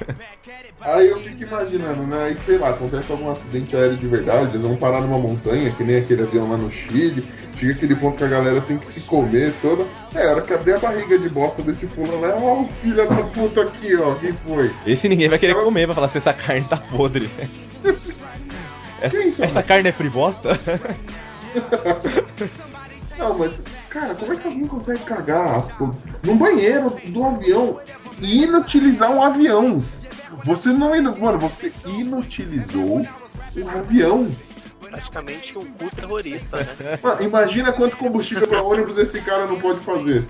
Aí eu fico imaginando, né? Aí sei lá, acontece algum acidente aéreo de verdade, eles vão parar numa montanha, que nem aquele avião lá no Chile, chega aquele ponto que a galera tem que se comer toda. É, a hora que abrir a barriga de bosta desse fulano lá, ó, o filho da puta aqui, ó, quem foi?
Esse ninguém vai querer comer, vai falar assim, essa carne tá podre. Essa,
Quem sabe?
essa carne é fribosta?
Não, mas, cara, como é que alguém consegue cagar as po- num banheiro do avião e inutilizar um avião? Você não. inu- Mano, você inutilizou um avião.
Praticamente um cu terrorista, né?
Mano, imagina quanto combustível pra ônibus esse cara não pode fazer.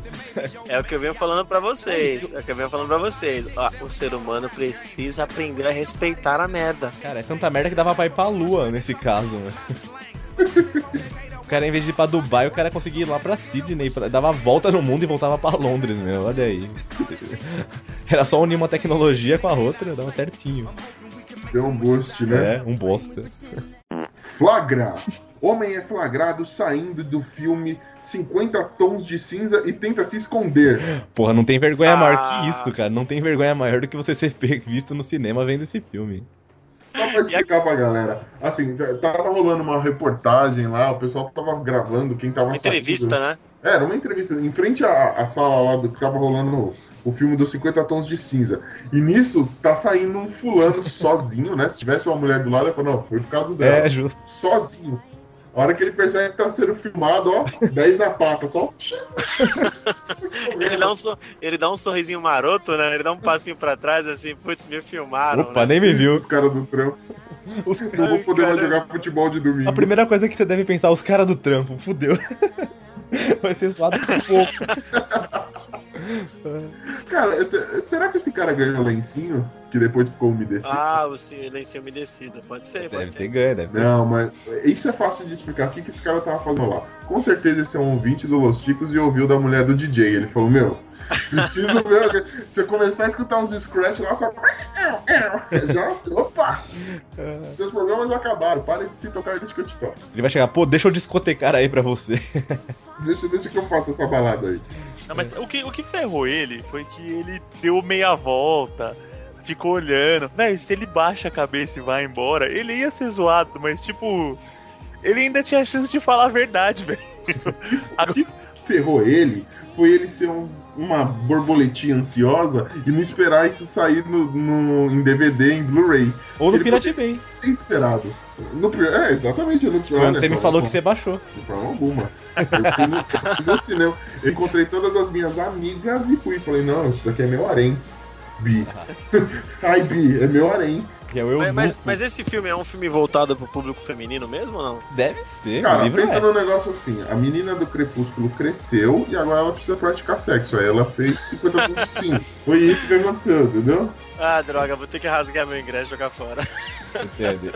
É o que eu venho falando pra vocês. É o que eu venho falando pra vocês. Ó, o ser humano precisa aprender a respeitar a merda.
Cara, é tanta merda que dava pra ir pra lua nesse caso, né? O cara, em vez de ir pra Dubai, o cara conseguia ir lá pra Sydney, pra- dava a volta no mundo e voltava pra Londres, meu. Olha aí. Era só unir uma tecnologia com a outra, dava certinho.
Deu um boost, né?
É, um bosta.
Flagra! Homem é flagrado saindo do filme 50 tons de cinza e tenta se esconder.
Porra, não tem vergonha maior
Ah.
que isso, cara. Não tem vergonha maior do que você ser pe- visto no cinema vendo esse filme.
Só pra explicar pra galera. Assim, t- tava rolando uma reportagem lá, o pessoal tava gravando, quem tava
Entrevista, né?
É, Era uma entrevista em frente à, à sala lá do que tava rolando o- o filme dos 50 tons de cinza. E nisso tá saindo um fulano sozinho, né? Se tivesse uma mulher do lado, eu falo, não, foi por causa dela.
É, justo.
sozinho. A hora que ele percebe que tá sendo filmado, ó, 10 na pata, só.
Ele dá, um sor- ele dá um sorrisinho maroto, né? Ele dá um passinho pra trás, assim, putz, me filmaram. né?
Opa, nem me viu.
Os caras do trampo.
Os
Não vou poder mais
cara.
jogar futebol de domingo.
A primeira coisa que você deve pensar, os caras do trampo, fudeu. Vai ser suado por pouco.
Cara, eu te- será que esse cara ganhou um lencinho? que depois ficou um umedecido.
Ah, o sil- lencinho umedecido. Pode ser, pode
Deve
ser.
ter ganho, deve ter.
Não, mas isso é fácil de explicar. O que, que esse cara tava fazendo lá? Com certeza esse é um ouvinte do Los Chicos e ouviu da mulher do DJ. Ele falou, meu, preciso ver. Se eu começar a escutar uns scratch lá, só. Já. Opa! Seus problemas já acabaram. Parem de se tocar deixa que eu te toco.
Ele vai chegar, pô, deixa eu discotecar aí pra você.
Deixa, deixa que eu faça essa balada aí.
Não, mas o que, o que ferrou ele foi que ele deu meia volta, ficou olhando. Véi, se ele baixa a cabeça e vai embora, ele ia ser zoado, mas tipo. Ele ainda tinha a chance de falar a verdade, velho.
Ferrou ele foi ele ser um- uma borboletinha ansiosa e não esperar isso sair no, no- em DVD, em Blu-ray.
Ou no
Ele
Pirate Bay.
Tem esperado. No, pri- é, exatamente. No,
Quando você me falou que você baixou.
De forma alguma. Eu fui no, eu fui no cinema. Eu encontrei todas as minhas amigas e fui. Falei, não, isso daqui é meu harém. Bi. Ai, Bi, é meu harém.
Que é o eu
Mas, mas,
Nuco.
mas esse filme é um filme voltado pro público feminino mesmo ou não?
Deve ser, o
Cara,
livro
pensa
é.
num negócio assim. A menina do Crepúsculo cresceu e agora ela precisa praticar sexo. Aí ela fez 50 pontos sim. Foi isso que aconteceu, entendeu?
Ah, droga, vou ter que rasgar meu ingresso e jogar fora.
entende?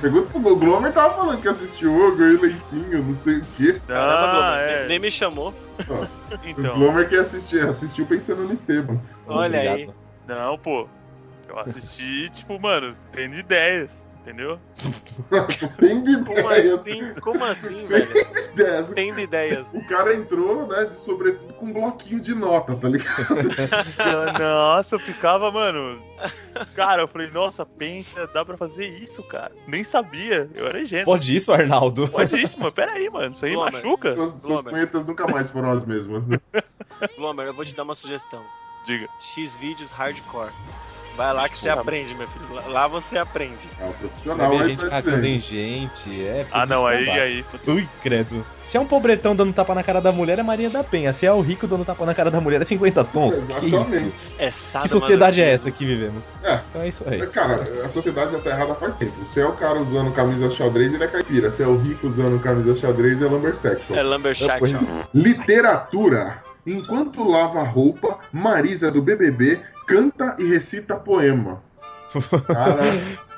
Pergunta pro Globo. O Glomer tava falando que assistiu Ogre e Leitinho, não sei o quê.
Ah,
Nem-
é.
Nem me chamou.
O
Então.
Glomer que assistiu, assistiu pensando no Esteban.
Olha aí.
Obrigado.
Não, pô. Eu assisti, tipo, mano, tendo ideias, entendeu?
Tem de
Como
ideias.
assim? Como assim, velho? Tendo ideias.
O cara entrou, né, de sobretudo com um bloquinho de nota, tá ligado?
Eu- Nossa, eu ficava, mano. Cara, eu falei, nossa, pensa, dá pra fazer isso, cara. Nem sabia, eu era ingênuo.
Pode isso, Arnaldo.
Pode isso, mano, peraí, mano, isso aí
Toma.
machuca?
Suas, suas
Glomer.
punhetas nunca mais foram as mesmas, né?
Glomer, eu vou te dar uma sugestão.
Diga.
X vídeos hardcore. Vai lá que você aprende, meu filho. Lá- Lá você aprende.
É o
Vai
profissional
ver
aí
gente
tá
cagando
dizendo.
em gente. É,
Ah, não, aí,
descambado.
aí.
Ui, credo. Se é um pobretão dando tapa na cara da mulher, é Maria da Penha. Se é o rico dando tapa na cara da mulher, é 50 tons. Que isso?
Exatamente.
É sábado.
Ah,
Que sociedade é essa que vivemos?
É.
Então é isso aí.
Cara, a sociedade já tá errada faz tempo. Se é o cara usando camisa xadrez, ele é caipira. Se é o rico usando camisa xadrez, é lumbersexual.
É Lumberjack.
Depois-
ó.
Literatura. Enquanto lava roupa, Marisa do BBB canta e recita poema. Cara,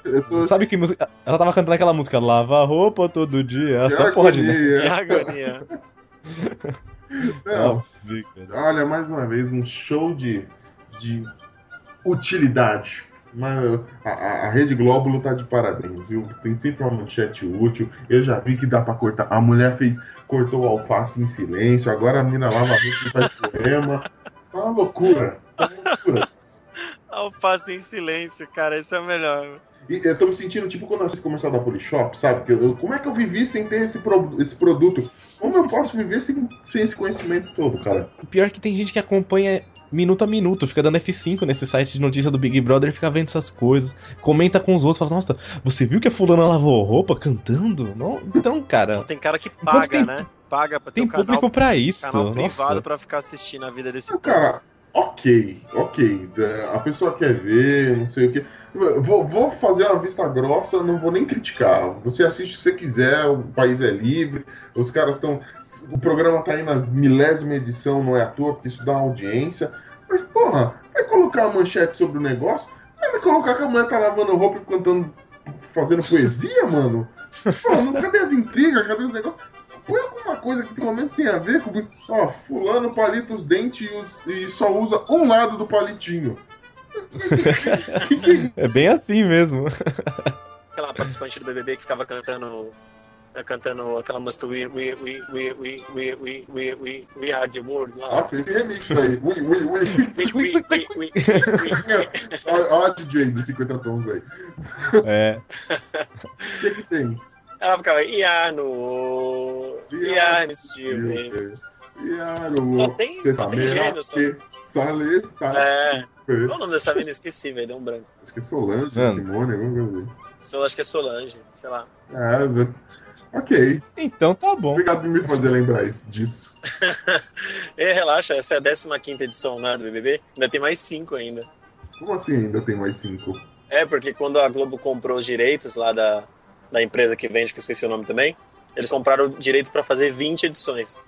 eu tô...
Sabe que música. Ela tava cantando aquela música, lava a roupa todo dia.
Que
Só pode, né?
agonia.
Que agonia.
Não,
Nossa, cara.
Olha, mais uma vez, um show de, de utilidade. Mas uh, a, a- a Rede Glóbulo tá de parabéns, viu? Tem sempre uma manchete útil. Eu já vi que dá pra cortar. A mulher fez, cortou o alface em silêncio, agora a mina lava a roupa e faz poema. Tá uma loucura. Tá uma loucura.
Alface em silêncio, cara. Isso é o melhor.
E eu tô me sentindo tipo quando eu assisto comercial da Polishop, sabe? Que eu- como é que eu vivi sem ter esse, pro- esse produto? Como eu posso viver sem, sem esse conhecimento todo, cara?
O pior é que tem gente que acompanha minuto a minuto, fica dando F5 nesse site de notícia do Big Brother, fica vendo essas coisas, comenta com os outros, fala, nossa, você viu que a fulana lavou roupa cantando? Não, então, cara,
Tem cara que
Enquanto
paga,
tem-
né? Paga pra ter
tem
um canal,
público pra isso.
canal privado
Nossa.
pra ficar assistindo a vida desse
Então, cara, ok, ok. é, A pessoa quer ver, não sei o quê. Vou, vou fazer uma vista grossa, não vou nem criticar. Você assiste se você quiser, o país é livre, os caras estão. O programa tá aí na milésima edição, não é à toa, porque isso dá uma audiência. Mas, porra, vai colocar uma manchete sobre o negócio? Vai me colocar que a mulher tá lavando roupa e cantando, fazendo poesia, mano? Pô, não- cadê as intrigas? Cadê os negócios? Põe alguma coisa que pelo menos tem a ver com. Ó, fulano palita os dentes e, os- e só usa um lado do palitinho. Que que é isso?
É bem assim mesmo.
aquela participante do BBB que ficava cantando eh, cantando aquela música We We We We We We We We We We Are the World lá.
Nossa, esse remix aí. Ui, ui, ui.
We, we, we, we, we.
Olha a DJ dos 50 tons aí.
É.
O que, que tem?
Ela ficava Iano Iano tipo, Steve.
Iaro.
Só tem
tá
só tem gênio só.
Salesta.
É, qual o nome dessa menina? Esqueci, velho, deu um branco.
Acho que é Solange,
Mano.
Simone, alguma coisa assim.
Sol, acho que é Solange, sei lá.
Ah, velho. ok.
Então tá bom.
Obrigado por me fazer lembrar isso- disso.
E relaxa, essa é a 15 edição né, do BBB, ainda tem mais cinco ainda.
Como assim ainda tem mais cinco?
É, porque quando a Globo comprou os direitos lá da, da empresa que vende, que eu esqueci o nome também, eles compraram o direito pra fazer 20 edições.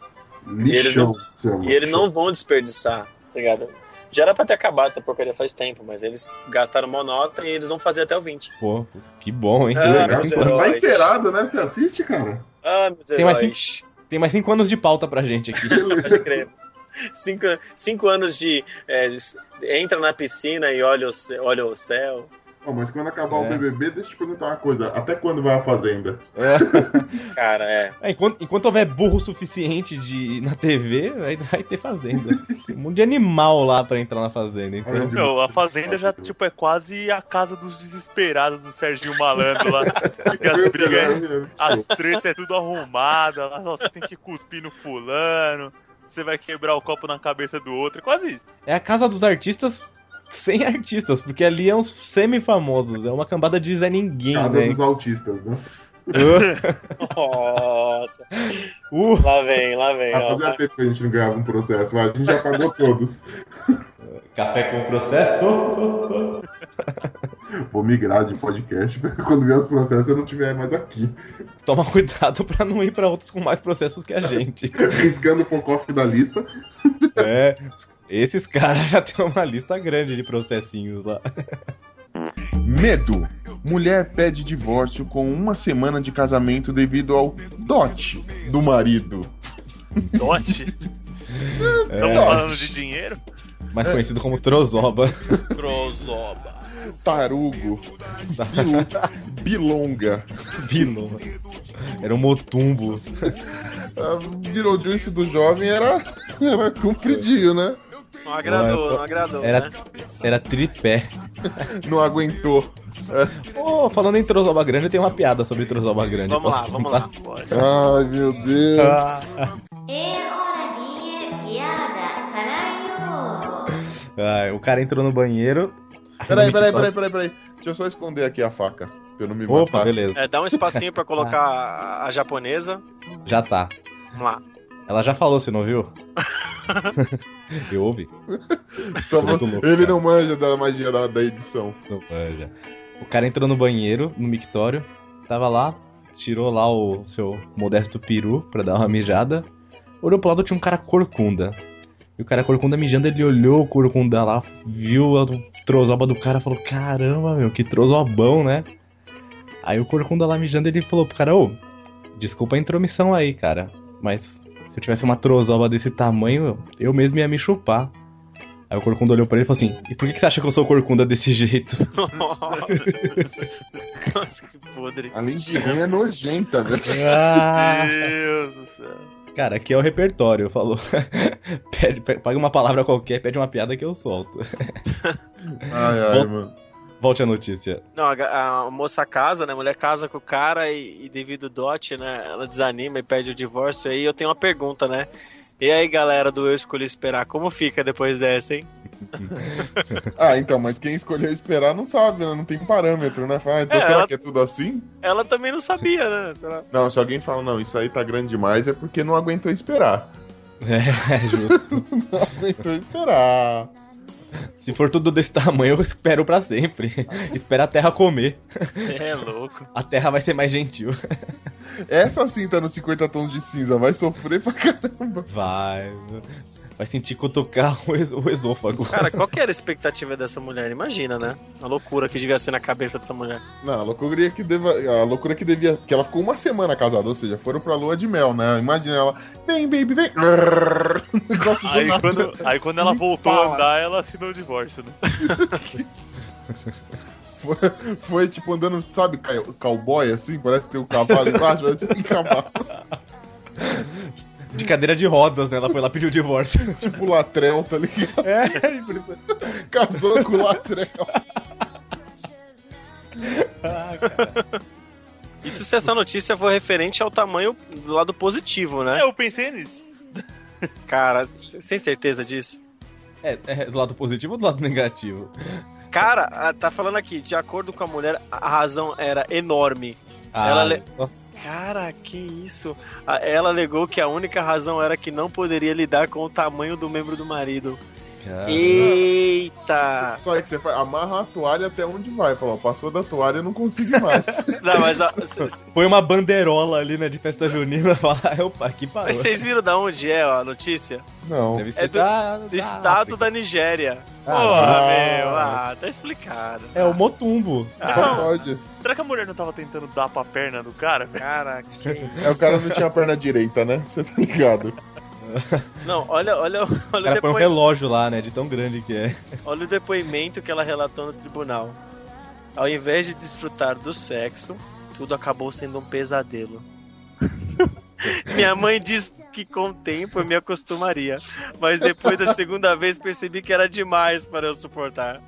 eles
Lixão.
não- E eles não vão desperdiçar, tá ligado? Já era pra ter acabado essa porcaria faz tempo, mas eles gastaram uma nota e eles vão fazer até o 20.
Pô, puta, que bom, hein?
Ah,
É
Legal.
assim,
meus
Tá
heróis.
inteirado, né? Você assiste, cara?
Ah, meus
Tem mais
heróis.
Tem mais cinco anos de pauta pra gente aqui.
Pode crer. Cinco, cinco anos de. é, s- entra na piscina e olha o, ce- olha o céu.
Ó, mas quando acabar
É.
o BBB, deixa eu te perguntar uma coisa. Até quando vai a Fazenda?
É.
Cara, é.
É, enquanto, enquanto houver burro suficiente de, na TV, vai, vai ter fazenda. Tem um monte de animal lá pra entrar na fazenda. Então,
Olha,
Não, a Fazenda já, tipo, é quase a casa dos desesperados do Serginho Malandro lá. Porque as brigas, as tretas é tudo arrumada, lá só você tem que cuspir no fulano, você vai quebrar o copo na cabeça do outro, é quase isso.
É a casa dos artistas sem artistas, porque ali é uns semi-famosos. É uma cambada de Zé Ninguém,
Casa
né?
dos autistas, né?
Nossa.
Uh,
Lá vem, lá
É,
vem.
Ah,
Ó,
fazia tempo que a gente não ganhava um processo, mas a gente já pagou todos.
café com processo.
Vou migrar de podcast, porque quando vier os processos eu não estiver mais aqui.
Toma cuidado pra não ir pra outros com mais processos que a gente.
Riscando o Focoff da lista.
É, esses caras já tem uma lista grande de processinhos lá.
Medo. Mulher pede divórcio com uma semana de casamento devido ao dote do marido.
Dote?
É.
Então,
Estamos
dote.
falando de dinheiro?
é.
Mais conhecido como Trozoba.
Trozoba.
Tarugo. Bilu- Bilonga.
Biloma. Era um motumbo.
A Beetlejuice do jovem era, era compridinho, né?
Não agradou, não agradou,
Era,
né?
era tripé.
Não aguentou.
Oh, falando em Trozoba Grande, tem uma piada sobre Trozoba Grande.
Vamos lá,
Posso
vamos
contar?
lá. Pode.
Ai, meu Deus.
É hora de piada, caralho!
Ah, o cara entrou no banheiro.
Peraí, peraí, peraí, peraí, peraí. Deixa eu só esconder aqui a faca, pra eu não me
Opa,
matar.
beleza.
É, dá um espacinho pra colocar a- a japonesa.
Já tá.
Vamos lá.
Ela já falou, você não viu? Eu ouvi.
Só
Muito
Então vou-
louco,
Ele
cara.
não manja da magia da, da edição.
Não, é, já. O cara entrou no banheiro, no mictório, tava lá, tirou lá o seu modesto peru pra dar uma mijada. Olhou pro lado, tinha um cara corcunda. E o cara corcunda mijando, ele olhou o corcunda lá, viu a do- trozoba do cara, falou: Caramba, meu, que trozobão, né? Aí o corcunda lá mijando, ele falou pro cara: Ô, desculpa a intromissão aí, cara, mas se eu tivesse uma trozoba desse tamanho, eu mesmo ia me chupar. Aí o corcunda olhou pra ele e falou assim: E por que que você acha que eu sou corcunda desse jeito?
Nossa. Nossa, que podre.
Além de ruim, é nojenta, velho.
Ah,
Meu Deus do céu.
cara, aqui é o repertório, falou. pede, pe- paga uma palavra qualquer, pede uma piada que eu solto.
Ai, ai,
Bom-
mano.
Volte à notícia.
Não, a, ga- a moça casa, né? A mulher casa com o cara e, e devido ao dote, né? Ela desanima e pede o divórcio. Aí eu tenho uma pergunta, né? E aí, galera do Eu Escolhi Esperar, como fica depois dessa, hein?
Ah, então, mas quem escolheu esperar não sabe, né? Não tem parâmetro, né? Fala, ah, então
É,
será
ela-
que é tudo assim?
Ela também não sabia, né? Será?
Não, se alguém fala, não, isso aí tá grande demais, é porque não aguentou esperar.
É, justo.
Não aguentou esperar.
Se for tudo desse tamanho, eu espero pra sempre. Espera a terra comer.
É louco.
A terra vai ser mais gentil.
Essa sim tá nos 50 tons de cinza, vai sofrer pra caramba.
Vai. Vai sentir cutucar o, es- o esôfago.
Cara, qual que era a expectativa dessa mulher? Imagina, né? A loucura que devia ser na cabeça dessa mulher.
Não, a loucura é que deva, a loucura é que devia, que ela ficou uma semana casada, ou seja, foram pra lua de mel, né? Imagina ela, vem, baby, vem. Negócio do
Aí
nada.
quando, aí quando ela voltou a
Fala.
andar, ela assinou o divórcio, né?
Foi tipo andando, sabe, ca- cowboy assim, parece que tem um cavalo embaixo, mas tem um cavalo,
De cadeira de rodas, né? Ela foi lá pedir o divórcio.
tipo latrel, tá ligado?
É, impressão.
Casou com o latrel.
Isso se essa notícia for referente ao tamanho do lado positivo,
É,
né?
eu pensei nisso.
Cara, c- sem certeza disso?
É, é do lado positivo ou do lado negativo?
Cara, ah, tá falando aqui, de acordo com a mulher, a razão era enorme. Ela le-
só-
Cara, que isso? A- Ela alegou que a única razão era que não poderia lidar com o tamanho do membro do marido.
cara.
Eita!
Só que você faz, amarra a toalha até onde vai. Fala, passou da toalha, eu não consigo mais.
Não, mas ó, c- c-
Põe uma bandeirola ali, né, de festa junina e fala, opa, que parou.
mas vocês viram da onde é ó, a notícia?
não.
Deve
É do-
da-
Do
da
estado
África.
da Nigéria. Pô,
Ah,
meu, ah, tá explicado.
É o Motumbo.
Não
Então,
pode.
será que a mulher não tava tentando dar pra perna do cara? velho?
Ah, Caraca, que
É, o cara não tinha a perna direita, né? Você tá ligado?
Não, olha, olha,
O
olha, o
cara põe um
depoi-
relógio lá, né, de tão grande que é.
olha o depoimento que ela relatou no tribunal. Ao invés de desfrutar do sexo, tudo acabou sendo um pesadelo. minha mãe diz que com o tempo eu me acostumaria, mas depois da segunda vez percebi que era demais para eu suportar.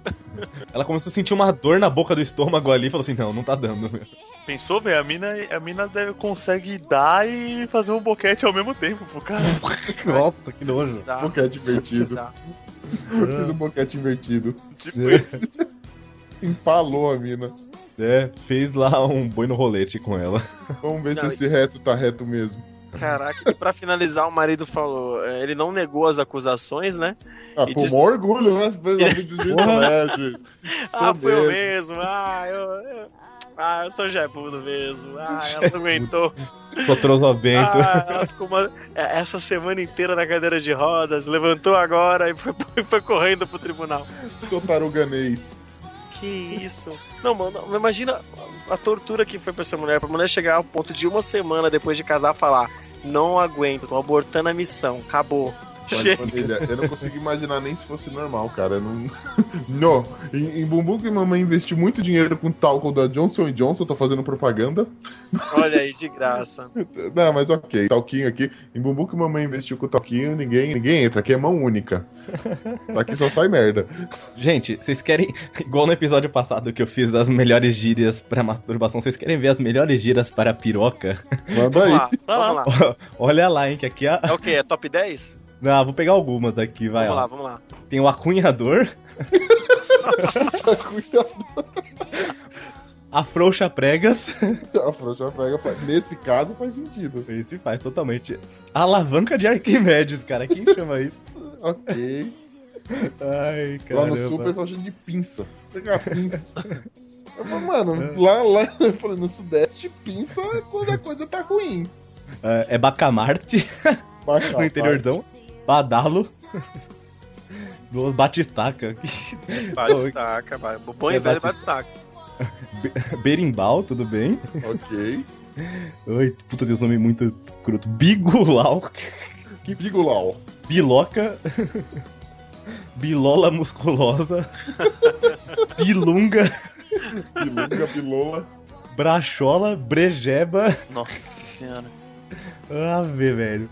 Ela começou a sentir uma dor na boca do estômago ali e falou assim, não, não tá dando. meu.
Pensou, velho? A mina, a mina deve, consegue dar e fazer um boquete ao mesmo tempo pro cara.
Nossa, que nojo.
Bizarro,
Boquete invertido.
bizarro.
Eu fiz um boquete invertido.
Tipo isso.
Empalou a mina.
É, fez lá um boi no rolete com ela.
Vamos ver
Não,
se esse reto tá reto mesmo.
Caraca, e pra finalizar, o marido falou: eh, ele não negou as acusações, né?
Ah,
E
pô,
diz-
maior orgulho, né? Você fez a vida do juiz, né, juiz?
ah,
Sou
foi eu
mesmo.
mesmo, ah, eu. eu- Ah, eu sou Jebudo mesmo. Ah, ela não aguentou.
Só trozobento.
Ah, ela ficou uma- é, essa semana inteira na cadeira de rodas, levantou agora e foi, foi- foi correndo pro tribunal.
Sou taruganês.
Que isso? Não, mano, não- imagina a tortura que foi pra essa mulher. Pra mulher chegar ao ponto de uma semana depois de casar falar: Não aguento, tô abortando a missão, acabou.
Olha, família, eu não consigo imaginar nem se fosse normal, cara. Eu Não. não. Em, em Bumbum que mamãe investiu muito dinheiro com talco da Johnson Johnson, tô fazendo propaganda.
Olha aí, de graça.
Não, mas ok, talquinho aqui. Em Bumbum que mamãe investiu com talquinho, ninguém, ninguém entra, aqui é mão única. Daqui só sai merda.
Gente, vocês querem, igual no episódio passado que eu fiz as melhores gírias pra masturbação, vocês querem ver as melhores gírias para piroca?
Manda
Vamos
aí.
lá, vamos lá.
Olha lá, hein, que aqui a...
É o quê? É top 10?
Ah, vou pegar algumas aqui, vai
vamos lá,
lá.
vamos lá.
Tem o acunhador, a frouxa pregas,
A frouxa prega, faz- nesse caso faz sentido.
esse faz totalmente, a alavanca de Arquimedes, cara, quem chama isso?
Ok.
Ai,
Lá
caramba.
no sul o pessoal chama de pinça. Pegar a pinça. Eu falei,
É.
mano, lá, lá, eu falei, no sudeste, pinça é quando a coisa tá ruim.
Ah, É Bacamarte,
Bacalhau.
no interiorzão, badalo, duas batistaca,
Batistaca, vai. Bom
É
e velho
Batista-
batistaca.
berimbau, tudo bem?
Ok.
Ai, puta Deus, nome muito escroto. Bigulau,
Que bigolau.
biloca, bilola musculosa, bilunga,
Bilunga, bilola.
brachola, brejeba.
Nossa senhora.
Ah, vê, velho.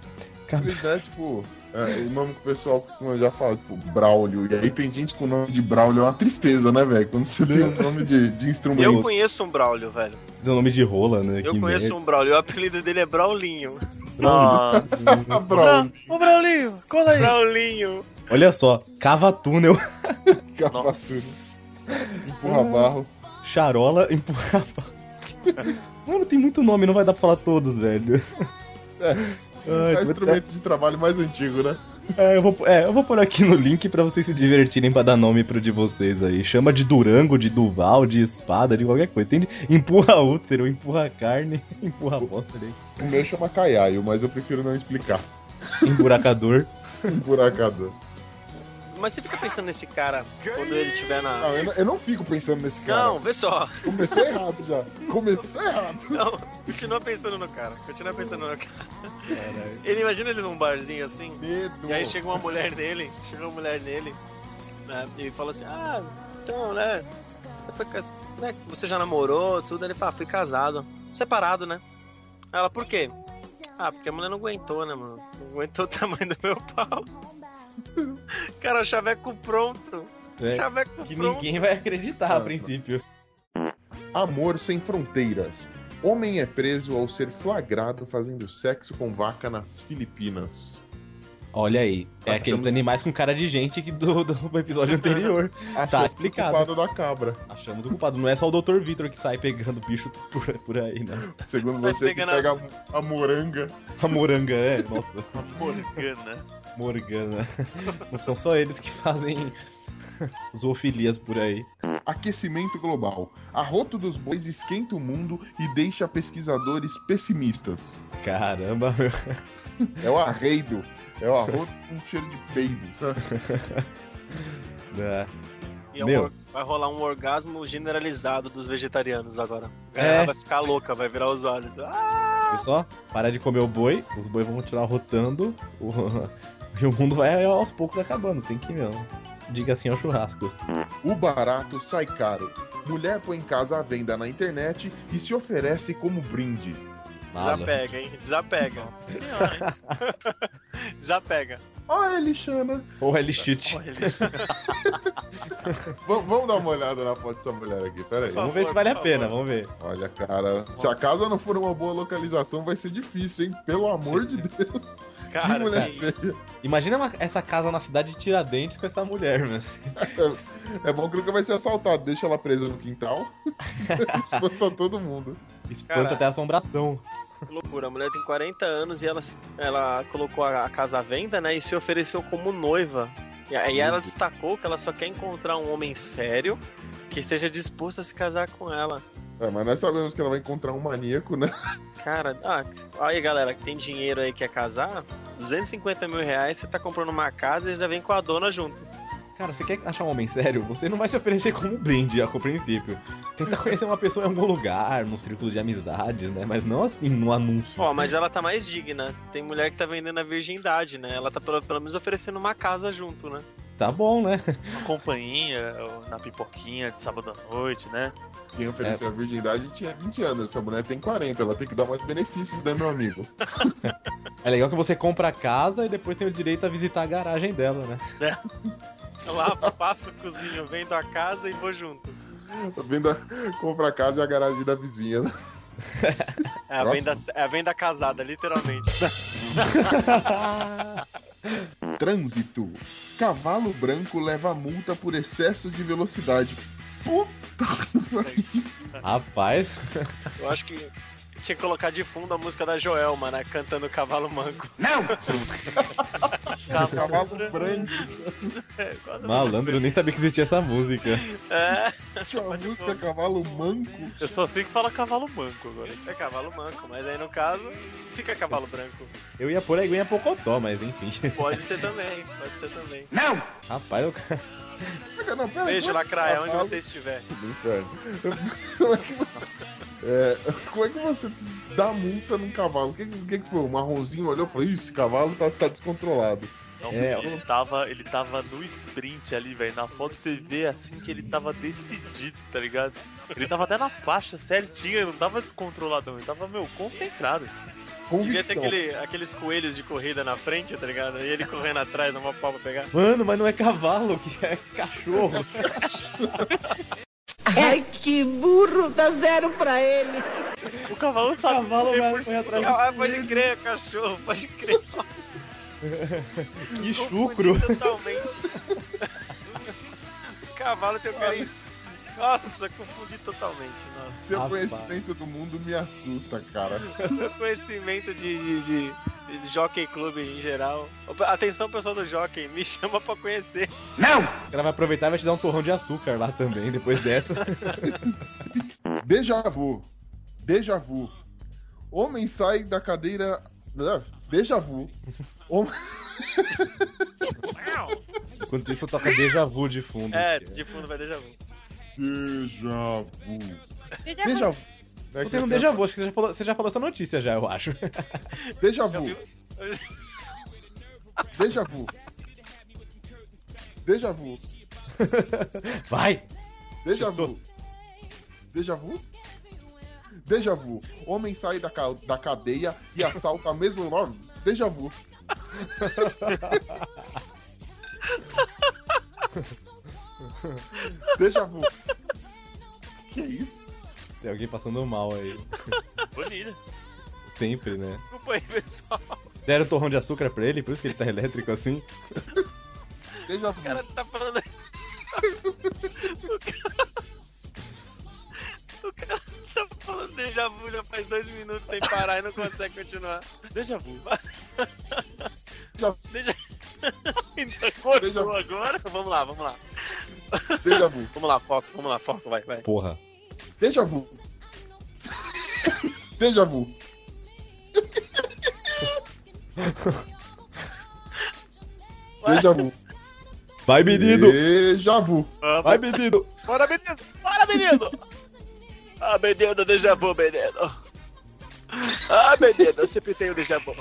Eles, né, tipo, é, o nome que o pessoal costuma já falar, tipo, Braulio. E aí tem gente com o nome de Braulio, é uma tristeza, né, velho? Quando você tem um nome de, de
Eu
instrumento. né,
conheço um Braulio, velho.
Esse é o nome de rola, né?
Eu
que
conheço um Braulio. O apelido dele é Braulinho.
Nossa.
Ah, Braulio,
Ô, Braulinho, conta aí.
Braulinho.
merda. Olha só, cava túnel,
capacete. né? Empurra barro.
charola, empurrava. Mano, tem muito nome, não vai dar pra falar todos, velho.
É.
Ai,
É o
puta-
instrumento de trabalho mais antigo, né?
É, eu vou, é, eu vou pôr aqui no link pra vocês se divertirem pra dar nome pro de vocês aí. Chama de Durango, de Duval, de espada, de qualquer coisa. Tem de- empurra útero, empurra carne, empurra bosta, né?
O meu chama Caiaio, mas eu prefiro não explicar.
emburacador.
Emburacador.
Mas você fica pensando nesse cara quando ele tiver na.
Não, eu, não- eu não fico pensando nesse cara.
Não, vê só.
Começou errado já. Começou errado.
Não, continua pensando no cara. Continua pensando no cara. Ele imagina ele num barzinho assim.
Medo.
E aí chega uma mulher nele, chega uma mulher nele, né? E fala assim, ah, então, né? você foi cas- né, Você já namorou, tudo, ele fala, "Ah, fui casado. Separado, né? Aí Ela, por quê? Ah, porque a mulher não aguentou, né, mano? Não aguentou o tamanho do meu pau. Cara, o chaveco pronto.
É.
chaveco
Que
pronto.
ninguém vai acreditar a princípio.
Amor sem fronteiras. Homem é preso ao ser flagrado fazendo sexo com vaca nas Filipinas.
Olha aí, é
Tá,
aqueles
estamos-
animais com cara de gente que do, do episódio anterior. Tá
Achou
explicado.
o culpado da cabra.
Achamos o culpado. Não é só o Dr. Vitor que sai pegando bicho por, por aí, né?
Segundo
Sai
você que
pegando
pega a, a moranga.
A moranga, é, nossa.
Morgana.
Morgana. Não são só eles que fazem zoofilias por aí.
Aquecimento global. Arroto dos bois esquenta o mundo e deixa pesquisadores pessimistas.
Caramba, meu.
É o arreido. É o arroto com cheiro de peido, sabe?
É.
E é um
Meu.
or- vai rolar um orgasmo generalizado dos vegetarianos agora.
É.
Ela vai ficar louca, vai virar os olhos. Ah,
Viu só? Parar de comer o boi, os bois vão continuar rotando o... e o mundo vai aos poucos acabando. Tem que, meu. Diga assim ao churrasco.
O barato sai caro. Mulher põe casa à venda na internet e se oferece como brinde.
Malandro.
desapega, hein? Desapega. Senhora, hein? desapega.
Olha, Lixana.
Ou é shit.
Olha, ele-
V- vamos dar uma olhada na foto dessa mulher aqui, peraí.
Ó.
Vamos ver se vale a
Por favor,
pena, vamos ver.
Olha, cara, se a casa não for uma boa localização, vai ser difícil, hein? Pelo amor de Deus. que
Cara,
mulher
que isso.
feia.
Imagina uma- essa casa na cidade de Tiradentes com essa mulher, mano.
É bom que nunca vai ser assaltado. Deixa ela presa no quintal. Espanta todo mundo.
Espanta
Cara.
até a assombração.
Que loucura. A mulher tem 40 anos e ela, se- ela colocou a a casa à venda, né? E se ofereceu como noiva. E aí ela destacou que ela só quer encontrar um homem sério que esteja disposto a se casar com ela.
É, mas nós sabemos que ela vai encontrar um maníaco, né?
Cara, ah, aí galera que tem dinheiro aí que quer casar, 250 mil reais, você tá comprando uma casa e já vem com a dona junto.
Cara, você quer achar um homem sério? Você não vai se oferecer como brinde, a princípio. Tenta conhecer uma pessoa em algum lugar, num círculo de amizades, né? Mas não assim, num anúncio.
Ó,
Uhum.
mas ela tá mais digna. Tem mulher que tá vendendo a virgindade, né? Ela tá pelo, pelo menos oferecendo uma casa junto, né?
Tá bom, né?
Uma companhia, ou na pipoquinha de sábado à noite, né?
Quem ofereceu a virgindade tinha 20 anos. Essa mulher tem 40. Ela tem que dar mais benefícios, né, meu amigo?
É legal que você compra a casa e depois tem o direito a visitar a garagem dela, né?
Lá passo o cozinho, vendo a casa e vou junto.
Tô Tá vendo a... compra a casa e a garagem da vizinha. né?
É a,
Próximo.
venda, é a venda casada, literalmente.
Trânsito. Cavalo branco leva multa por excesso de velocidade. Puta que pariu.
Rapaz,
Eu acho que tinha que colocar de fundo a música da Joelma, né? Cantando Cavalo Manco. Não!
Cavalo branco.
malandro, eu nem sabia que existia essa música.
É,
Tinha uma música cavalo manco.
Eu só sei que fala cavalo manco agora.
é Cavalo Manco, mas aí no caso, fica Cavalo Branco.
Eu ia pôr a iguinha Pocotó, mas enfim.
Pode ser também, pode ser também.
Rapaz, eu...
Não, pera aí,
Beijo,
como é que
Lacraia, onde
cavalo-
você estiver.
do inferno. Como é que você. é, como é que você dá multa num cavalo? O que, o que que foi? O marronzinho olhou e falou: "Ih, esse cavalo tá, tá descontrolado.
Não,
É,
Então, ele, tava, ele tava no sprint ali, velho. Na foto você vê assim que ele tava decidido, tá ligado? Ele tava até na faixa certinha, ele não tava descontrolado, ele tava, meu, concentrado.
Devia ter
Convicção.
aquele, aqueles coelhos de corrida na frente, tá ligado? E ele correndo atrás, uma pau pra pegar.
Mano, mas não é cavalo, que é cachorro.
Ai, que burro! Dá zero pra ele!
O cavalo tá
O
sabe
cavalo
correr
vai
por si
vai atrás
só.
Ah, pode crer, cachorro, pode crer.
do que chucro.
Totalmente. Cavalo tem o cara. em- Nossa, confundi totalmente. Nossa.
Seu
Rapaz.
conhecimento do mundo me assusta, cara.
Meu conhecimento de, de, de, de Jockey Club em geral. Opa, Atenção, pessoal do Jockey, me chama pra conhecer.
O cara vai aproveitar e vai te dar um torrão de açúcar lá também, depois dessa.
Déjà vu. Déjà vu. Homem sai da cadeira. Ah, Déjà vu.
Enquanto isso, toca déjà vu de fundo.
É, de fundo vai déjà vu.
Déjà vu.
Veja
Déjà vu. É
Eu
que
tenho um
eu
déjà vu, acho que você já, falou, você já falou essa notícia já, eu acho.
quero- Déjà
Já
vu.
viu?
Déjà vu. Déjà vu.
Vai!
Déjà vu. Déjà vu? Déjà vu. Homem sai da, ca- da cadeia e assalta mesmo nome. Déjà vu. Déjà vu. Que isso?
Tem alguém passando mal aí.
Bonito.
Sempre, né?
Desculpa aí, pessoal.
Deram um torrão de açúcar pra ele, por isso que ele tá elétrico assim.
Déjà
O
vu.
cara tá falando. O cara... O cara tá falando déjà vu já faz dois minutos sem parar e não consegue continuar. Déjà vu.
Déjà-
Déjà... Ainda cortou agora? Vamos lá, vamos lá.
Deja vu.
Vamos lá, foco, vamos lá, foco, vai, vai.
Porra.
Deja vu. Deja vu. Deja vu.
Vai, menino!
Deja vu.
Vai, menino!
Bora, menino! Bora, menino! Ah, menino, déjà vu, menino. Ah, menino, eu sempre tenho déjà vu.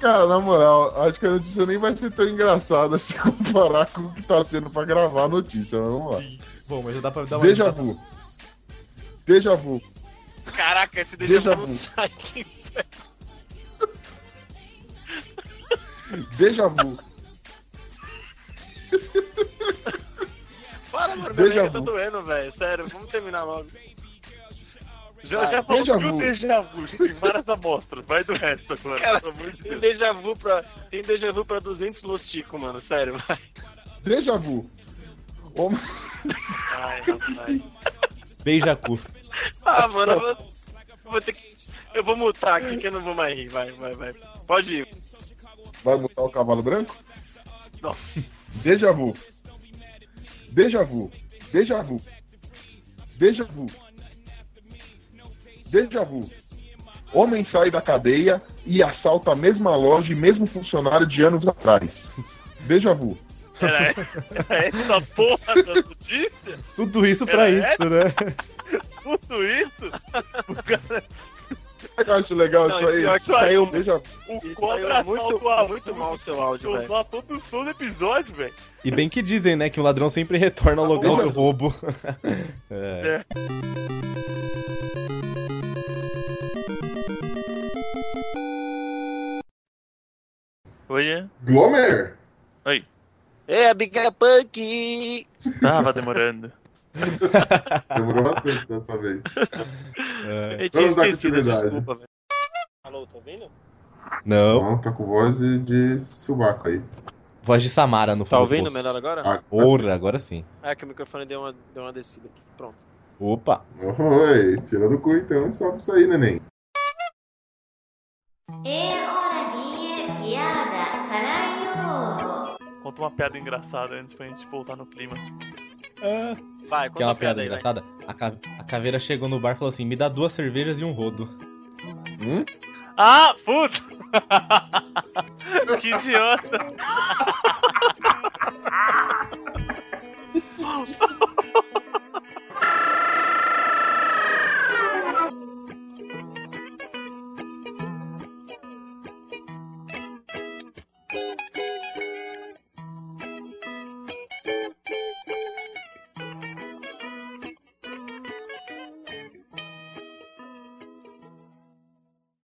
Cara, na moral, acho que a notícia nem vai ser tão engraçada se comparar com o que tá sendo pra gravar a notícia. mas Vamos lá.
Bom, mas já dá pra dar uma.
Deja vu. Deja vu.
Caraca, esse déjà
Déjà
vu não
vu.
sai aqui.
Deja vu.
Para, mano,
Déjà
minha eu tá
vu.
doendo, velho. Sério, vamos terminar logo. Já, já falou
Deja
Deja
vu.
vu. Deja vu. gente, Tem várias amostras. Vai do resto agora.
Cara,
pelo amor de
Tem
Deus.
déjà vu pra, tem déjà vu pra 200 Lostico, mano, sério, vai.
Deja vu. Homem-
Ai, rapaz.
Beija cu.
Ah, mano, eu vou, eu vou ter que... Eu vou mutar aqui que eu não vou mais rir, vai, vai, vai. Pode ir.
Vai mudar o cavalo branco?
Não.
Deja vu. Deja vu. Deja vu. Deja vu. Deja vu. Homem sai da cadeia e assalta a mesma loja e mesmo funcionário de anos atrás. Deja vu.
Era, era essa porra da notícia?
Tudo isso pra
Era
isso, né?
Tudo isso? O cara...
Sabe o que eu acho legal
Não,
isso aí?
pior que isso aí
Saiu
é
um Deja vu.
O
Saiu
cobra
muito,
assaltou a
muito
muito
mal o seu áudio, velho.
Usar todo, todo episódio, velho.
E bem que dizem, né, que o ladrão sempre retorna ao
Tá
local do roubo. é.
Oiê.
Glomer!
É, Big Punk!
Tava demorando.
Demorou bastante dessa vez.
é.
Eu tinha
Vamos dar
esquecido,
continuidade.
desculpa, velho. Alô, tá ouvindo?
Não.
Não, tá com voz de, de sovaco aí.
Voz de Samara no fundo.
Tá
do
ouvindo
poço.
melhor agora?
Ah,
Oura, agora sim.
Ah, que o microfone deu uma, deu uma descida aqui. Pronto.
Opa.
Oi, tira do cu então e sobe isso aí, neném.
É hora de piada, caralho!
Conta uma piada engraçada antes pra gente voltar no clima.
Vai,
Que é
conta a
uma piada
aí, vai.
engraçada. A, ca- a caveira chegou no bar e falou assim: me dá duas cervejas e um rodo.
Ah, puta! que idiota!